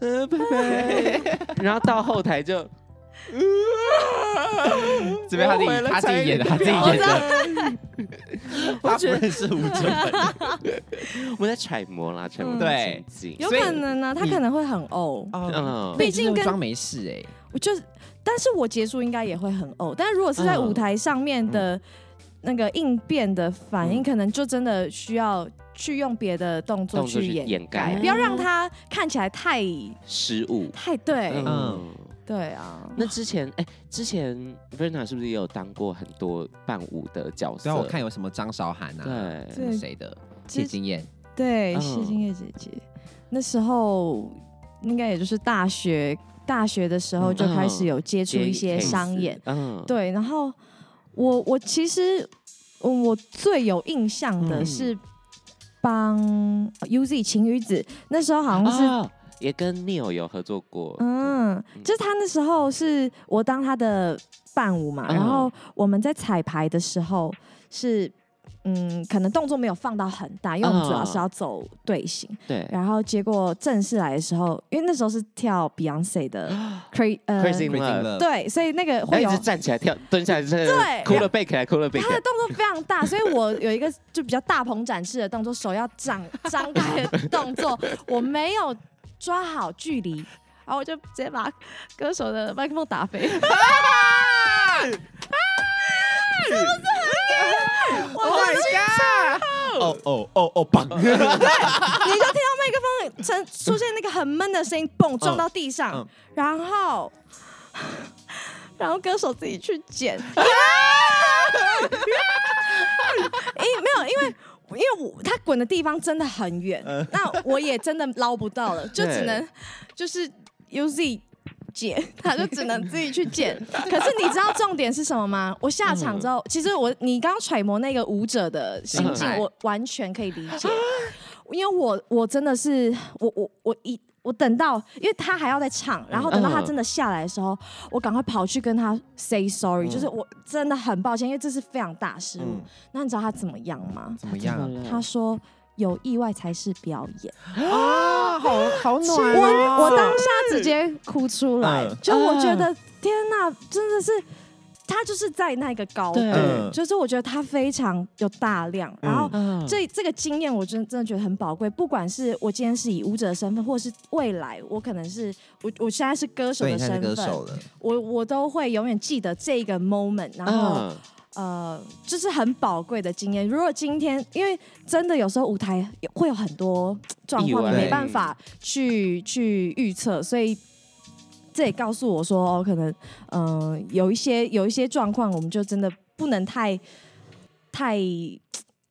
[SPEAKER 1] 呃，拜拜，然后到后台就，
[SPEAKER 3] 这边他自
[SPEAKER 1] 我回
[SPEAKER 3] 己
[SPEAKER 1] 了
[SPEAKER 3] 他自己演的，他自己
[SPEAKER 2] 我
[SPEAKER 3] 演
[SPEAKER 2] 知
[SPEAKER 3] 的，
[SPEAKER 2] 道，
[SPEAKER 3] 他不认识舞 者本人，
[SPEAKER 1] 我们在揣摩啦，揣摩
[SPEAKER 2] 嗯
[SPEAKER 1] 对心境。
[SPEAKER 2] 有可能呢，他可能会很呕。
[SPEAKER 3] 哦
[SPEAKER 1] 嗯
[SPEAKER 2] 毕竟跟
[SPEAKER 3] 装没事哎，
[SPEAKER 2] 我就是，但是我结束应该也会很呕。但如果是在舞台上面的那个应变的反应，
[SPEAKER 3] 嗯
[SPEAKER 2] 可能就真的需要去用别的动作
[SPEAKER 1] 动作去
[SPEAKER 2] 掩
[SPEAKER 1] 掩盖
[SPEAKER 2] 不要让它看起来太
[SPEAKER 1] 失误。
[SPEAKER 2] 太对。
[SPEAKER 1] 嗯，
[SPEAKER 2] 对啊，
[SPEAKER 1] 那之前，哎、之前 Verna 是不是也有当过很多伴舞的角色？
[SPEAKER 3] 啊所以我看有什么张韶涵啊，
[SPEAKER 1] 对，
[SPEAKER 3] 什么谁的谢金燕，
[SPEAKER 2] 对，
[SPEAKER 1] 嗯
[SPEAKER 2] 谢金叶姐姐，那时候应该也就是大学大学的时候就开始有接触一些商演，，
[SPEAKER 1] 嗯，
[SPEAKER 2] 对，然后我我其实嗯我最有印象的
[SPEAKER 1] 嗯
[SPEAKER 2] 是帮 UZ 晴雨子，那时候好像是、
[SPEAKER 1] 啊也跟 Neil 有合作过，
[SPEAKER 2] 哦嗯，就是他那时候是我当他的伴舞嘛，
[SPEAKER 1] 嗯
[SPEAKER 2] 然后我们在彩排的时候是。嗯，可能动作没有放到很大，因为我们主要是要走队形。
[SPEAKER 1] 嗯对
[SPEAKER 2] 然后结果正式来的时候，因为那时候是跳 Beyonce 的 Crazy 呃
[SPEAKER 1] 啊 Crazy
[SPEAKER 3] 最近
[SPEAKER 1] Love
[SPEAKER 3] 了，
[SPEAKER 2] 对，所以那个
[SPEAKER 1] 他
[SPEAKER 2] 会
[SPEAKER 1] 一
[SPEAKER 2] 有
[SPEAKER 1] 直站起来跳，蹲下来，
[SPEAKER 2] 对
[SPEAKER 1] 哭了背起来，哭了背起
[SPEAKER 2] 他的
[SPEAKER 1] 来，
[SPEAKER 2] 动作非常大，所以我有一个就比较大鹏展翅的动作，手要张张开的动作，我没有抓好距离， 然后我就直接把歌手的麦克风打飞。
[SPEAKER 3] ，Oh my god！哦哦哦哦，棒！
[SPEAKER 2] 你就听到麦克风呈出现那个很闷的声音，嘣撞到地上，
[SPEAKER 3] 嗯
[SPEAKER 2] 然后然后歌手自己去 捡，因没有因为。因为我他滚的地方真的很远，
[SPEAKER 3] 嗯
[SPEAKER 2] 那我也真的捞不到了，就只能就是 UZ 姐，她就只能自己去捡。可是你知道重点是什么吗？我下
[SPEAKER 3] 嗯
[SPEAKER 2] 场之后，其实我你刚刚揣摩那个舞者的心境，
[SPEAKER 3] 嗯
[SPEAKER 2] 我完全可以理解。因为我我真的是我我我一我等到，因为他还要再
[SPEAKER 3] 嗯
[SPEAKER 2] 唱，然后等到他真的下来的时候，我赶快跑去跟他 say sorry，、就是我真的很抱歉，因为这是非常大失误。
[SPEAKER 3] 嗯
[SPEAKER 2] 那你知道他怎么样吗？
[SPEAKER 3] 怎么 样？
[SPEAKER 2] 他说。有意外才是表演，
[SPEAKER 3] 啊，好好暖哦
[SPEAKER 2] 我我当下直接哭出来，
[SPEAKER 3] 嗯
[SPEAKER 2] 就我觉得、天哪，真的是他就是在那个高度，
[SPEAKER 3] 嗯
[SPEAKER 2] 就是我觉得他非常有大量，然后
[SPEAKER 1] 嗯，
[SPEAKER 2] 这这个经验我真真的觉得很宝贵，不管是我今天是以舞者的身份，或是未来我可能是我我现在是歌手
[SPEAKER 3] 对，
[SPEAKER 2] 的
[SPEAKER 3] 你现在
[SPEAKER 2] 身
[SPEAKER 3] 是歌
[SPEAKER 2] 份
[SPEAKER 3] 手，了，
[SPEAKER 2] 我我都会永远记得这个 moment，然后、
[SPEAKER 1] 嗯，
[SPEAKER 2] 呃，就是很宝贵的经验。如果今天因为真的有时候舞台有会有很多状
[SPEAKER 1] 意
[SPEAKER 2] 况，
[SPEAKER 1] 外
[SPEAKER 2] 你没办法去去预测，所以。这也告诉我说，哦，可能，嗯、有一些有一些状况，我们就真的不能太太，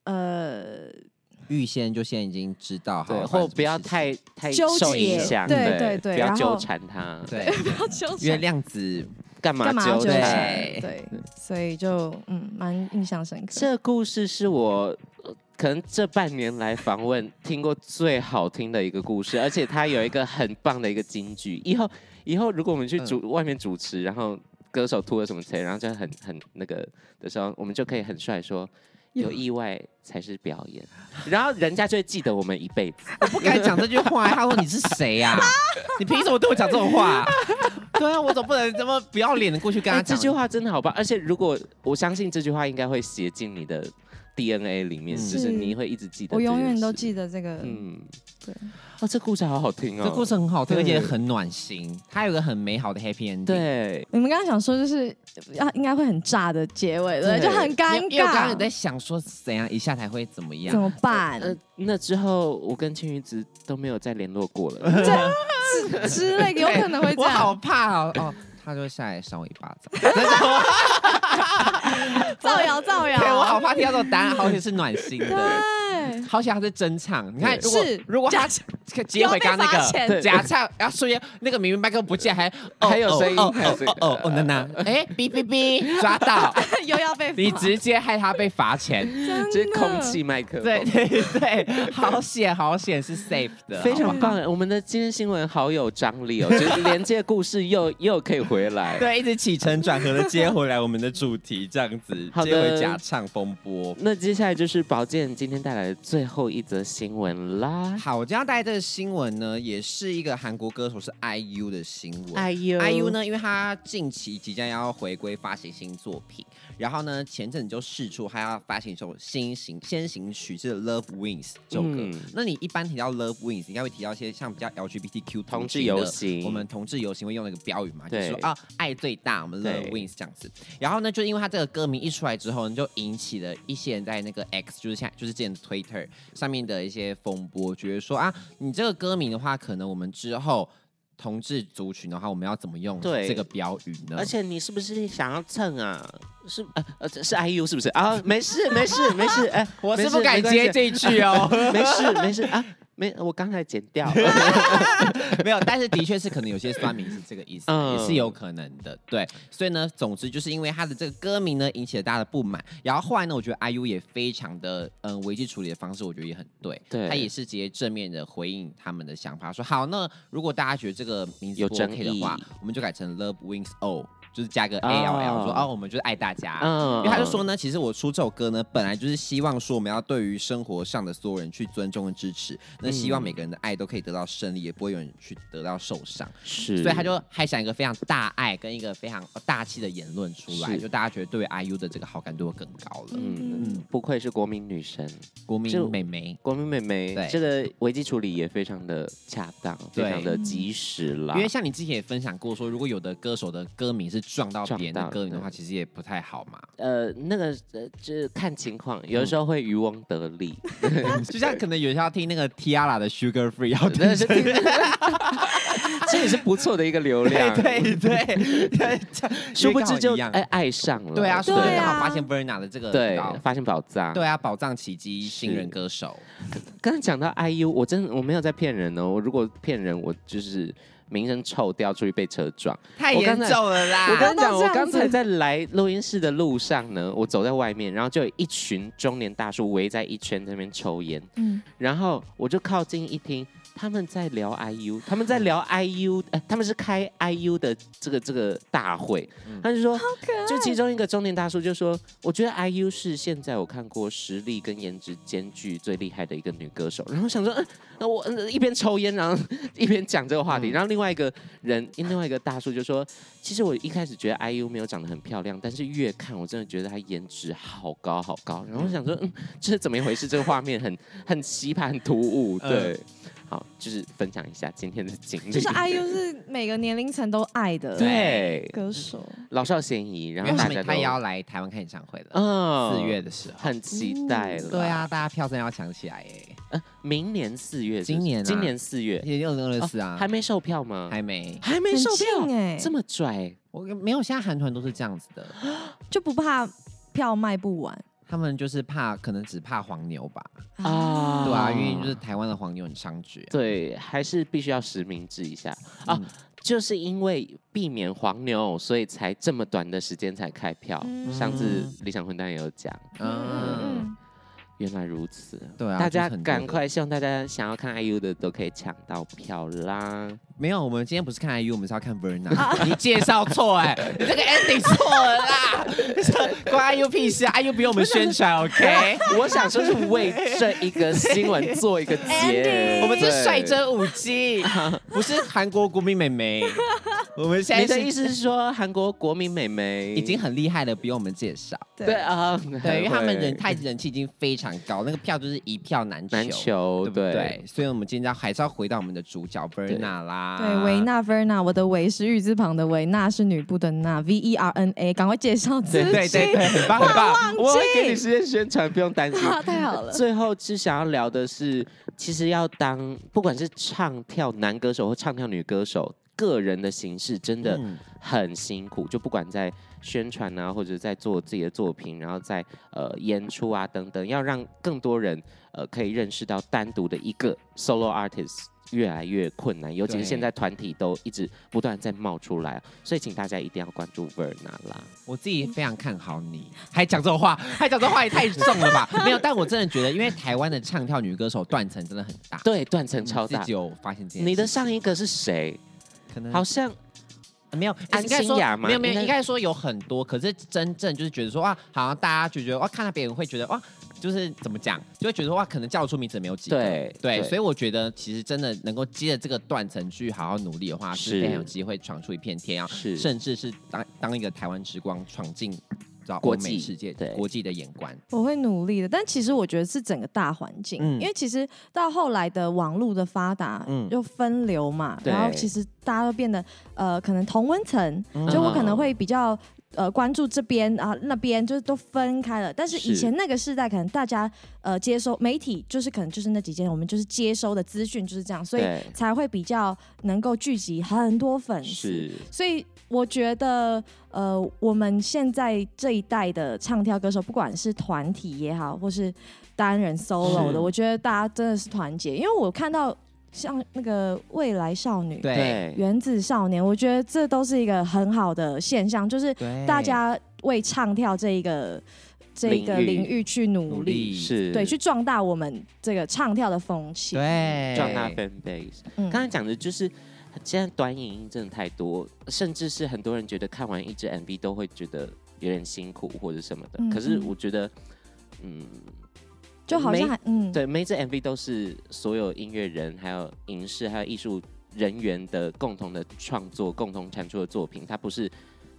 [SPEAKER 2] 呃，
[SPEAKER 3] 预先就现在已经知道，好
[SPEAKER 1] 对，
[SPEAKER 3] 发生
[SPEAKER 1] 或
[SPEAKER 3] 什么
[SPEAKER 1] 不要
[SPEAKER 3] 事情
[SPEAKER 1] 太太
[SPEAKER 2] 纠结
[SPEAKER 1] 受影响，
[SPEAKER 2] 对对对
[SPEAKER 1] 不要
[SPEAKER 2] 然后
[SPEAKER 1] 纠缠他，
[SPEAKER 3] 对， 因为量子
[SPEAKER 1] 干嘛
[SPEAKER 2] 干嘛
[SPEAKER 1] 纠
[SPEAKER 2] 纠
[SPEAKER 3] 缠
[SPEAKER 1] 缠？
[SPEAKER 2] 缠？对，所以就嗯，蛮印象深
[SPEAKER 3] 啊
[SPEAKER 2] 刻。
[SPEAKER 1] 这故事是我呃可能这半年来访问听过最好听的一个故事，而且它有一个很棒的一个金句。以后以后如果我们去主、
[SPEAKER 2] 嗯
[SPEAKER 1] 外面主持，然后歌手吐了什么词，然后就很很那个的时候，我们就可以很帅说。有意外才是表演， 然后人家就会记得我们一辈子。
[SPEAKER 3] 我不敢讲这句话、他说你是谁呀、你凭什么对我讲这种话？ 对啊，我总不能这么不要脸的过去跟
[SPEAKER 1] 哎、
[SPEAKER 3] 他
[SPEAKER 1] 这
[SPEAKER 3] 讲、
[SPEAKER 1] 句话真的好棒，而且如果我相信这句话应该会写进你的 DNA 里面，
[SPEAKER 3] 嗯
[SPEAKER 1] 就是
[SPEAKER 2] 是
[SPEAKER 1] 你会一直记得。
[SPEAKER 2] 我永远都。记得这个，
[SPEAKER 1] 嗯，
[SPEAKER 2] 对。
[SPEAKER 1] 哦，这故事好好听哦。
[SPEAKER 3] 这故事很好听，
[SPEAKER 1] 对
[SPEAKER 3] 而且很暖心，它有个很美好的 happy ending。，
[SPEAKER 1] 对，
[SPEAKER 2] 你们刚刚想说就是要应该会很炸的结尾，对不对，
[SPEAKER 1] 对
[SPEAKER 2] 就很尴
[SPEAKER 3] 因为我刚刚有在
[SPEAKER 2] 尬，
[SPEAKER 3] 想说怎样一下才会怎么样，
[SPEAKER 2] 怎么办？
[SPEAKER 1] 呃，那之后我跟青鱼子都没有再联络过了。
[SPEAKER 2] 这 之之类的有可能会这
[SPEAKER 3] 我好
[SPEAKER 2] 样，
[SPEAKER 3] 怕哦哦，他就下来扇我一巴掌。
[SPEAKER 2] 造谣造谣，
[SPEAKER 3] 对，我好怕听到这种答案，好险是暖心的。
[SPEAKER 2] 对，
[SPEAKER 3] 好险他是真唱，你看，如果
[SPEAKER 2] 是
[SPEAKER 3] 如果他接回刚刚
[SPEAKER 2] 有被罚
[SPEAKER 3] 那
[SPEAKER 2] 钱
[SPEAKER 3] 个
[SPEAKER 1] 对
[SPEAKER 3] 假唱，然后瞬间那个明明麦克风不见，还
[SPEAKER 1] 还有声音
[SPEAKER 3] 哦
[SPEAKER 1] 还有声
[SPEAKER 3] 哦
[SPEAKER 1] 音
[SPEAKER 3] 哦哦，娜娜，哎，哔哔哔，抓到，
[SPEAKER 2] 又要被
[SPEAKER 3] 你
[SPEAKER 2] 罚
[SPEAKER 3] 直接害他被罚钱。
[SPEAKER 2] 真的
[SPEAKER 1] 这是空气麦克风，
[SPEAKER 3] 对 对对，好险好险是 safe 的，
[SPEAKER 1] 非
[SPEAKER 3] 好
[SPEAKER 1] 常
[SPEAKER 3] 不好。
[SPEAKER 1] 棒。我们的今天新闻好有张力哦，就是 连接故事又又可以回来。
[SPEAKER 3] 对，一直起承转合的接回来我们的主题，这样子
[SPEAKER 1] 好的
[SPEAKER 3] 接回假唱风波。
[SPEAKER 1] 那接下来就是宝健今天带来的最后一则新闻啦。
[SPEAKER 3] 好，我今天要带这个新闻呢，也是一个韩国歌手是 IU 的新闻。
[SPEAKER 1] 呦
[SPEAKER 3] IU？呢，因为他近期即将要回归发行新作品，然后呢，前阵子就试出他要发行一首新型先行曲，是《Love Wins》这首歌。
[SPEAKER 1] 嗯
[SPEAKER 3] 那你一般提到《Love Wins》，应该会提到一些像比较 LGBTQ
[SPEAKER 1] 同志
[SPEAKER 3] 族群的
[SPEAKER 1] 游行
[SPEAKER 3] 我们同志游行会用那个标语嘛，就
[SPEAKER 1] 对
[SPEAKER 3] 是说啊，爱最大，我们 Love
[SPEAKER 1] 对
[SPEAKER 3] Wins 这样子。然后呢，就因为他这个歌名一出来之后呢，就引起了一些人在那个 X，就是现在就是之前的 Twitter 上面的一些风波，觉得说啊，你这个歌名的话，可能我们之后同志族群的话，我们要怎么用
[SPEAKER 1] 对
[SPEAKER 3] 这个标语呢？
[SPEAKER 1] 而且你是不是想要蹭啊？是呃呃是 IU 是不是啊？没事没事没事，哎、
[SPEAKER 3] 我是
[SPEAKER 1] 没事
[SPEAKER 3] 不敢
[SPEAKER 1] 没关系
[SPEAKER 3] 接这一句哦，
[SPEAKER 1] 没事没事啊，没，我刚才剪掉。
[SPEAKER 3] 没有，但是的确是可能有些酸民是这个意思，
[SPEAKER 1] 嗯
[SPEAKER 3] 也是有可能的。对，所以呢，总之就是因为他的这个歌名呢引起了大家的不满，然后后来呢，我觉得 IU 也非常的嗯危机处理的方式，我觉得也很对，
[SPEAKER 1] 对
[SPEAKER 3] 他也是直接正面的回应他们的想法，说好，那如果大家觉得这个名字
[SPEAKER 1] 有
[SPEAKER 3] 不
[SPEAKER 1] 争
[SPEAKER 3] OK 的
[SPEAKER 1] 议
[SPEAKER 3] 话，我们就改成 Love Wings O。就是加个 A L L，、
[SPEAKER 1] 哦
[SPEAKER 3] 说哦，我们就是爱大家，
[SPEAKER 1] 嗯
[SPEAKER 3] 因为他就说呢，其实我出这首歌呢，本来就是希望说我们要对于生活上的所有人去尊重跟支持，
[SPEAKER 1] 嗯
[SPEAKER 3] 那希望每个人的爱都可以得到胜利，也不会有人去得到受伤。
[SPEAKER 1] 是
[SPEAKER 3] 所以他就还想一个非常大爱跟一个非常大气的言论出来，
[SPEAKER 1] 是
[SPEAKER 3] 就大家觉得对于 IU 的这个好感度更高了。
[SPEAKER 1] 嗯
[SPEAKER 3] 嗯，
[SPEAKER 1] 不愧是国民女神，
[SPEAKER 3] 国民
[SPEAKER 1] 就
[SPEAKER 3] 美眉。
[SPEAKER 1] 国民妹妹
[SPEAKER 3] 对，
[SPEAKER 1] 这个危机处理也非常的恰当，非
[SPEAKER 3] 对
[SPEAKER 1] 常的及时啦
[SPEAKER 3] 因。为像你之前也分享过说如果有的歌手的歌名是撞到别
[SPEAKER 1] 撞
[SPEAKER 3] 人的
[SPEAKER 1] 到
[SPEAKER 3] 歌名的
[SPEAKER 1] 对
[SPEAKER 3] 话，其实也不太好 嘛。
[SPEAKER 1] 呃，那个呃，就是看情况，有的时候会渔翁得 利，
[SPEAKER 3] 就像可能有些要听那个 Tiara 的 Sugar Free，要 听
[SPEAKER 1] 真的是，这也是不错的一个流量。
[SPEAKER 3] 对对 对对，这
[SPEAKER 1] 殊不知
[SPEAKER 3] 因
[SPEAKER 1] 就
[SPEAKER 3] 为刚好一样
[SPEAKER 1] 哎爱上了。
[SPEAKER 3] 对啊，殊
[SPEAKER 2] 对
[SPEAKER 3] 不知
[SPEAKER 2] 啊
[SPEAKER 3] 刚好发现 Verna 的这个
[SPEAKER 1] 对
[SPEAKER 3] 广告，
[SPEAKER 1] 发现宝藏。
[SPEAKER 3] 对啊，宝藏奇迹新
[SPEAKER 1] 是
[SPEAKER 3] 人歌手，
[SPEAKER 1] 刚才讲到 IU，我真的我没有在骗人哦，我如果骗人，我就是名声臭掉，出去被车撞。
[SPEAKER 3] 太
[SPEAKER 1] 我刚
[SPEAKER 3] 严
[SPEAKER 1] 才
[SPEAKER 3] 重了啦！
[SPEAKER 1] 我跟你
[SPEAKER 2] 到
[SPEAKER 1] 讲，
[SPEAKER 2] 这
[SPEAKER 1] 我
[SPEAKER 2] 样
[SPEAKER 1] 刚才
[SPEAKER 2] 子
[SPEAKER 1] 在来录音室的路上呢，我走在外面，然后就有一群中年大叔围在一圈在那边抽烟，
[SPEAKER 2] 嗯，
[SPEAKER 1] 然后我就靠近一听，他们在聊 IU，他们在聊 IU，呃，他们是开 IU 的这个这个大会，他就说，就其中一个中年大叔就说，我觉得 IU 是现在我看过实力跟颜值兼具最厉害的一个女歌手。然后想说，嗯，那我嗯一边抽烟，然后一边讲这个话题。
[SPEAKER 3] 嗯
[SPEAKER 1] 然后另外一个人，另外一个大叔就说，其实我一开始觉得 IU 没有长得很漂亮，但是越看我真的觉得她颜值好高好高。然后我想说，嗯，这是怎么一回事？这个画面很很奇葩，很突兀。
[SPEAKER 3] 嗯
[SPEAKER 1] 对，好，就是分享一下今天的经历。
[SPEAKER 2] 就是 IU 是每个年龄层都爱的
[SPEAKER 1] 对
[SPEAKER 2] 歌手，
[SPEAKER 1] 老少咸宜，然
[SPEAKER 3] 因
[SPEAKER 1] 后
[SPEAKER 3] 为
[SPEAKER 1] 大
[SPEAKER 3] 他
[SPEAKER 1] 家
[SPEAKER 3] 们
[SPEAKER 1] 都
[SPEAKER 3] 他也要来台湾看演唱会了，
[SPEAKER 1] 嗯
[SPEAKER 3] 四月的时候。
[SPEAKER 1] 很期待了。
[SPEAKER 3] 对啊，大家票真的要抢起来耶！
[SPEAKER 1] 明年四月是不是，
[SPEAKER 3] 今年啊
[SPEAKER 1] 今年四月，
[SPEAKER 3] 也六零二四啊，
[SPEAKER 1] 还没售票吗？
[SPEAKER 3] 还没，
[SPEAKER 1] 还没售
[SPEAKER 2] 很
[SPEAKER 1] 票
[SPEAKER 2] 近欸
[SPEAKER 1] 这么拽，
[SPEAKER 3] 我没有。现在韩团都是这样子的，
[SPEAKER 2] 就不怕票卖不完
[SPEAKER 3] 他们就是怕，可能只怕黄牛吧，
[SPEAKER 1] 啊
[SPEAKER 3] 对啊，
[SPEAKER 1] 哦
[SPEAKER 3] 因为就是台湾的黄牛很猖獗。啊
[SPEAKER 1] 对，还是必须要实名制一下啊
[SPEAKER 3] 嗯！
[SPEAKER 1] 就是因为避免黄牛，所以才这么短的时间才开票。
[SPEAKER 2] 嗯
[SPEAKER 1] 上次理想混蛋也有讲，
[SPEAKER 2] 嗯
[SPEAKER 3] 嗯，
[SPEAKER 2] 嗯
[SPEAKER 1] 原来如此。
[SPEAKER 3] 对啊，
[SPEAKER 1] 大家
[SPEAKER 3] 就是很多
[SPEAKER 1] 赶快，希望大家想要看 IU 的都可以抢到票啦！
[SPEAKER 3] 没有，我们今天不是看 IU，我们是要看 Verna。你介绍错 哎，你这个 ending 错了啦， 关 IU 屁事啊，IU 不用我们宣传 OK。
[SPEAKER 1] 我想说，是为这一个新闻做一个结
[SPEAKER 2] Andy，，
[SPEAKER 3] 我们是
[SPEAKER 1] 对
[SPEAKER 3] 率真舞姬， 不是韩国国民美眉。 我们现
[SPEAKER 1] 你
[SPEAKER 3] 在
[SPEAKER 1] 的
[SPEAKER 3] 是
[SPEAKER 1] 意思是说，韩国国民美眉
[SPEAKER 3] 已经很厉害了，不用我们介绍。
[SPEAKER 1] 对啊，
[SPEAKER 3] 对，因为他们人
[SPEAKER 1] 人
[SPEAKER 3] 太人气已经非常高，那个票就是一票难求，
[SPEAKER 1] 难求，
[SPEAKER 3] 对不对？所以我们今天还是要回到我们的主角 Verna 啦。
[SPEAKER 2] 对，维。纳 Verna，我的维是玉字旁的维，纳是女部的纳，V E R N A，赶快介绍自己。
[SPEAKER 3] 对对对对，很棒很棒。
[SPEAKER 1] 我会给你时间宣传，不用担心。
[SPEAKER 2] 好， 太好了。
[SPEAKER 1] 最后是想要聊的是，其实要当不管是唱跳男歌手或唱跳女歌手，个人的形式真的
[SPEAKER 3] 嗯
[SPEAKER 1] 很辛苦。就不管在宣传啊，或者在做自己的作品，然后在呃演出啊等等，要让更多人呃可以认识到单独的一个 solo artist。越来越困难，尤其是
[SPEAKER 3] 对
[SPEAKER 1] 现在团体都一直不断在冒出来，啊所以请大家一定要关注 Verna 啦。
[SPEAKER 3] 我自己非常看好你，还讲这种话，还讲这种话也太重了 吧？没有，但我真的觉得，因为台湾的唱跳女歌手断层真的很大，
[SPEAKER 1] 对，断层超
[SPEAKER 3] 自
[SPEAKER 1] 大
[SPEAKER 3] 己。有发现这件事。
[SPEAKER 1] 你的上一个是谁？
[SPEAKER 3] 可能
[SPEAKER 1] 好像
[SPEAKER 3] 没有，
[SPEAKER 1] 安
[SPEAKER 3] 应该
[SPEAKER 1] 心
[SPEAKER 3] 说
[SPEAKER 1] 亚嘛
[SPEAKER 3] 没有没
[SPEAKER 1] 应
[SPEAKER 3] 有，
[SPEAKER 1] 该
[SPEAKER 3] 应该说有很多，可是真正就是觉得说哇，好像大家就觉得哇，看到别人会觉得哇，就是怎么讲，就会觉得哇，可能叫得出名字的没有几个，
[SPEAKER 1] 对
[SPEAKER 3] 对，所
[SPEAKER 1] 以
[SPEAKER 3] 以我觉得其实真的能够接着这个断层去好好努力的话，
[SPEAKER 1] 是
[SPEAKER 3] 是非常有机会闯出一片天啊，
[SPEAKER 1] 是
[SPEAKER 3] 甚至是当当一个台湾之光，闯进。到
[SPEAKER 1] 国
[SPEAKER 3] 欧美
[SPEAKER 1] 际
[SPEAKER 3] 世界
[SPEAKER 1] 对
[SPEAKER 3] 国际的眼光，
[SPEAKER 2] 我会努力的，但其实我觉得是整个大环境，
[SPEAKER 3] 嗯
[SPEAKER 2] 因为其实到后来的网络的发达，
[SPEAKER 3] 嗯
[SPEAKER 2] 又分流嘛，
[SPEAKER 1] 对
[SPEAKER 2] 然后其实大家都变得呃，可能同温层，
[SPEAKER 3] 嗯
[SPEAKER 2] 就我可能会比较。呃关注这边啊那边，就是都分开了。但是
[SPEAKER 1] 是
[SPEAKER 2] 以前那个时代，可能大家呃接收媒体就是可能就是那几间，我们就是接收的资讯就是这样，所以
[SPEAKER 1] 对
[SPEAKER 2] 才会比较能够聚集很多粉丝。
[SPEAKER 1] 是
[SPEAKER 2] 所以我觉得，呃，我们现在这一代的唱跳歌手，不管是团体也好，或是单人 solo
[SPEAKER 1] 是
[SPEAKER 2] 的，我觉得大家真的是团结。因为我看到像那个未来少女、
[SPEAKER 3] 对
[SPEAKER 1] 对
[SPEAKER 2] 原子少年，我觉得这都是一个很好的现象，就是
[SPEAKER 1] 哎
[SPEAKER 3] 对
[SPEAKER 2] 大家为唱跳这一个这一个
[SPEAKER 1] 领域
[SPEAKER 2] 领域去努
[SPEAKER 3] 努
[SPEAKER 2] 力，
[SPEAKER 3] 力
[SPEAKER 1] 是
[SPEAKER 2] 对，去壮大我们这个唱跳的风气。
[SPEAKER 3] 对
[SPEAKER 1] 壮大 fan base。
[SPEAKER 2] 嗯
[SPEAKER 1] 刚才讲的就是。现在短影音真的太多，甚至是很多人觉得看完一支 MV 都会觉得有点辛苦或者什么的。
[SPEAKER 2] 嗯
[SPEAKER 1] 可是
[SPEAKER 2] 嗯
[SPEAKER 1] 我觉得，嗯，
[SPEAKER 2] 就好像还嗯，
[SPEAKER 1] 对，每一支 MV 都是所有音乐人、还有影视、还有艺术人员的共同的创作、共同产出的作品，它不是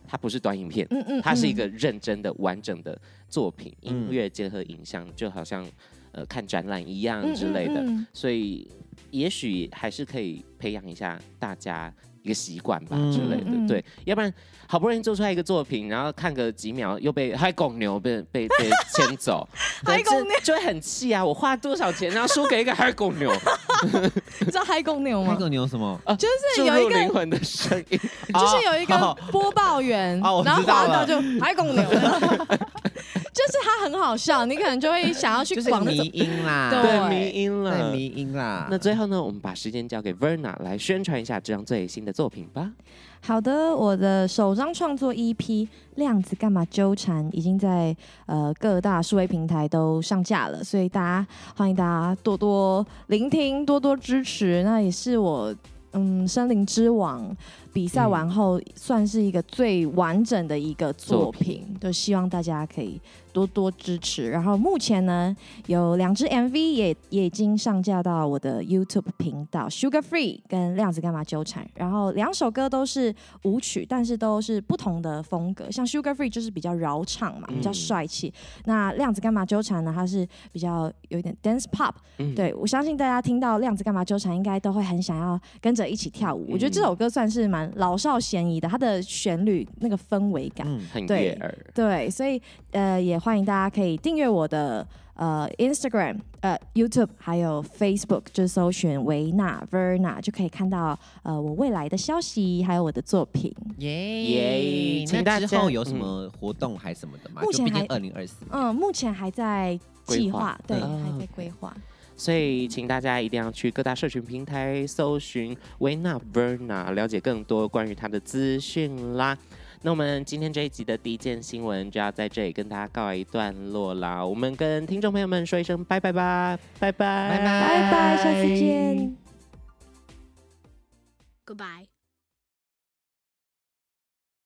[SPEAKER 1] 它不是短影片，
[SPEAKER 2] 嗯嗯，
[SPEAKER 1] 它是一
[SPEAKER 2] 嗯
[SPEAKER 1] 个认真的、完整的作品，音
[SPEAKER 3] 嗯
[SPEAKER 1] 乐结合影像，就好像呃看展览一样
[SPEAKER 2] 嗯
[SPEAKER 1] 之类的。
[SPEAKER 2] 嗯嗯嗯
[SPEAKER 1] 所以也许还是可以培养一下大家一个习惯吧
[SPEAKER 3] 嗯
[SPEAKER 1] 之类的，
[SPEAKER 2] 嗯嗯
[SPEAKER 1] 对，要不然好不容易做出来一个作品，然后看个几秒又被还拱牛被被 被牵走，对
[SPEAKER 2] 还拱牛
[SPEAKER 1] 这就会很气啊！我花多少钱，然后输给一个还拱牛，
[SPEAKER 2] 你嗯知道嗨公牛
[SPEAKER 3] 那
[SPEAKER 2] 吗？
[SPEAKER 3] 个牛什么？
[SPEAKER 2] 就是
[SPEAKER 1] 注
[SPEAKER 2] 有一
[SPEAKER 1] 入
[SPEAKER 2] 个
[SPEAKER 1] 灵魂的声音，
[SPEAKER 2] 就是有一个
[SPEAKER 3] 哦
[SPEAKER 2] 播报员，
[SPEAKER 3] 哦哦我知
[SPEAKER 2] 然
[SPEAKER 3] 道
[SPEAKER 2] 后滑到
[SPEAKER 3] 了
[SPEAKER 2] 就还公牛， 就是他很好笑，你可能就会想 要去
[SPEAKER 3] 就是
[SPEAKER 2] 往那
[SPEAKER 3] 迷
[SPEAKER 2] 种。
[SPEAKER 3] 音啦，
[SPEAKER 2] 对
[SPEAKER 1] 对，迷音
[SPEAKER 3] 对
[SPEAKER 1] 了。
[SPEAKER 3] 迷音啦。
[SPEAKER 1] 那最后呢，我们把时间交给 Verna 来宣传一下这张最新的作品吧。
[SPEAKER 2] 好的，我的首张创作 EP《量子干嘛纠缠》已经在呃各大数位平台都上架了，所以大家欢迎大家多多聆听，多多支持。那也是我嗯《森林之王》比赛完后、算是一个最完整的一个作品，就希望大家可以多多支持。然后目前呢，有两支 MV 也也已经上架到我的 YouTube 频道 Sugar Free 跟量子干嘛纠缠，然后两首歌都是舞曲，但是都是不同的风格。像 Sugar Free 就是比较饶唱嘛，比较帅气。那量子干嘛纠缠呢？它是比较有一点 dance pop，
[SPEAKER 1] 嗯，，
[SPEAKER 2] 对，我相信大家听到量子干嘛纠缠，应该都会很想要跟着一起跳舞。我觉得这首歌算是蛮老少咸宜的，它的旋律那个氛围感。
[SPEAKER 3] 嗯，
[SPEAKER 1] 很
[SPEAKER 2] 对
[SPEAKER 1] 悦耳。
[SPEAKER 2] 对，所以呃，也欢迎大家可以订阅我的呃 Instagram、呃 YouTube 还有 Facebook，就搜寻维纳 Verna 就可以看到呃我未来的消息，还有我的作品。
[SPEAKER 3] 耶
[SPEAKER 1] 耶请大
[SPEAKER 3] 那
[SPEAKER 1] 家嗯
[SPEAKER 3] 之后有什么活动还什么的吗？
[SPEAKER 2] 目前
[SPEAKER 3] 就毕竟
[SPEAKER 2] 还
[SPEAKER 3] 二零二四，
[SPEAKER 2] 嗯，目前还在
[SPEAKER 1] 规
[SPEAKER 2] 计划
[SPEAKER 1] 划，
[SPEAKER 2] 对，
[SPEAKER 1] 嗯
[SPEAKER 2] 还在
[SPEAKER 1] OK
[SPEAKER 2] 规划。
[SPEAKER 1] 所以，请大家一定要去各大社群平台搜寻维纳 Verna，了解更多关于她的资讯啦。那我们今天这一集的第一件新闻就要在这里跟大家告一段落啦。我们跟听众朋友们说一声拜拜吧，拜拜，
[SPEAKER 3] 拜拜
[SPEAKER 2] 拜拜，下次见。
[SPEAKER 5] Goodbye.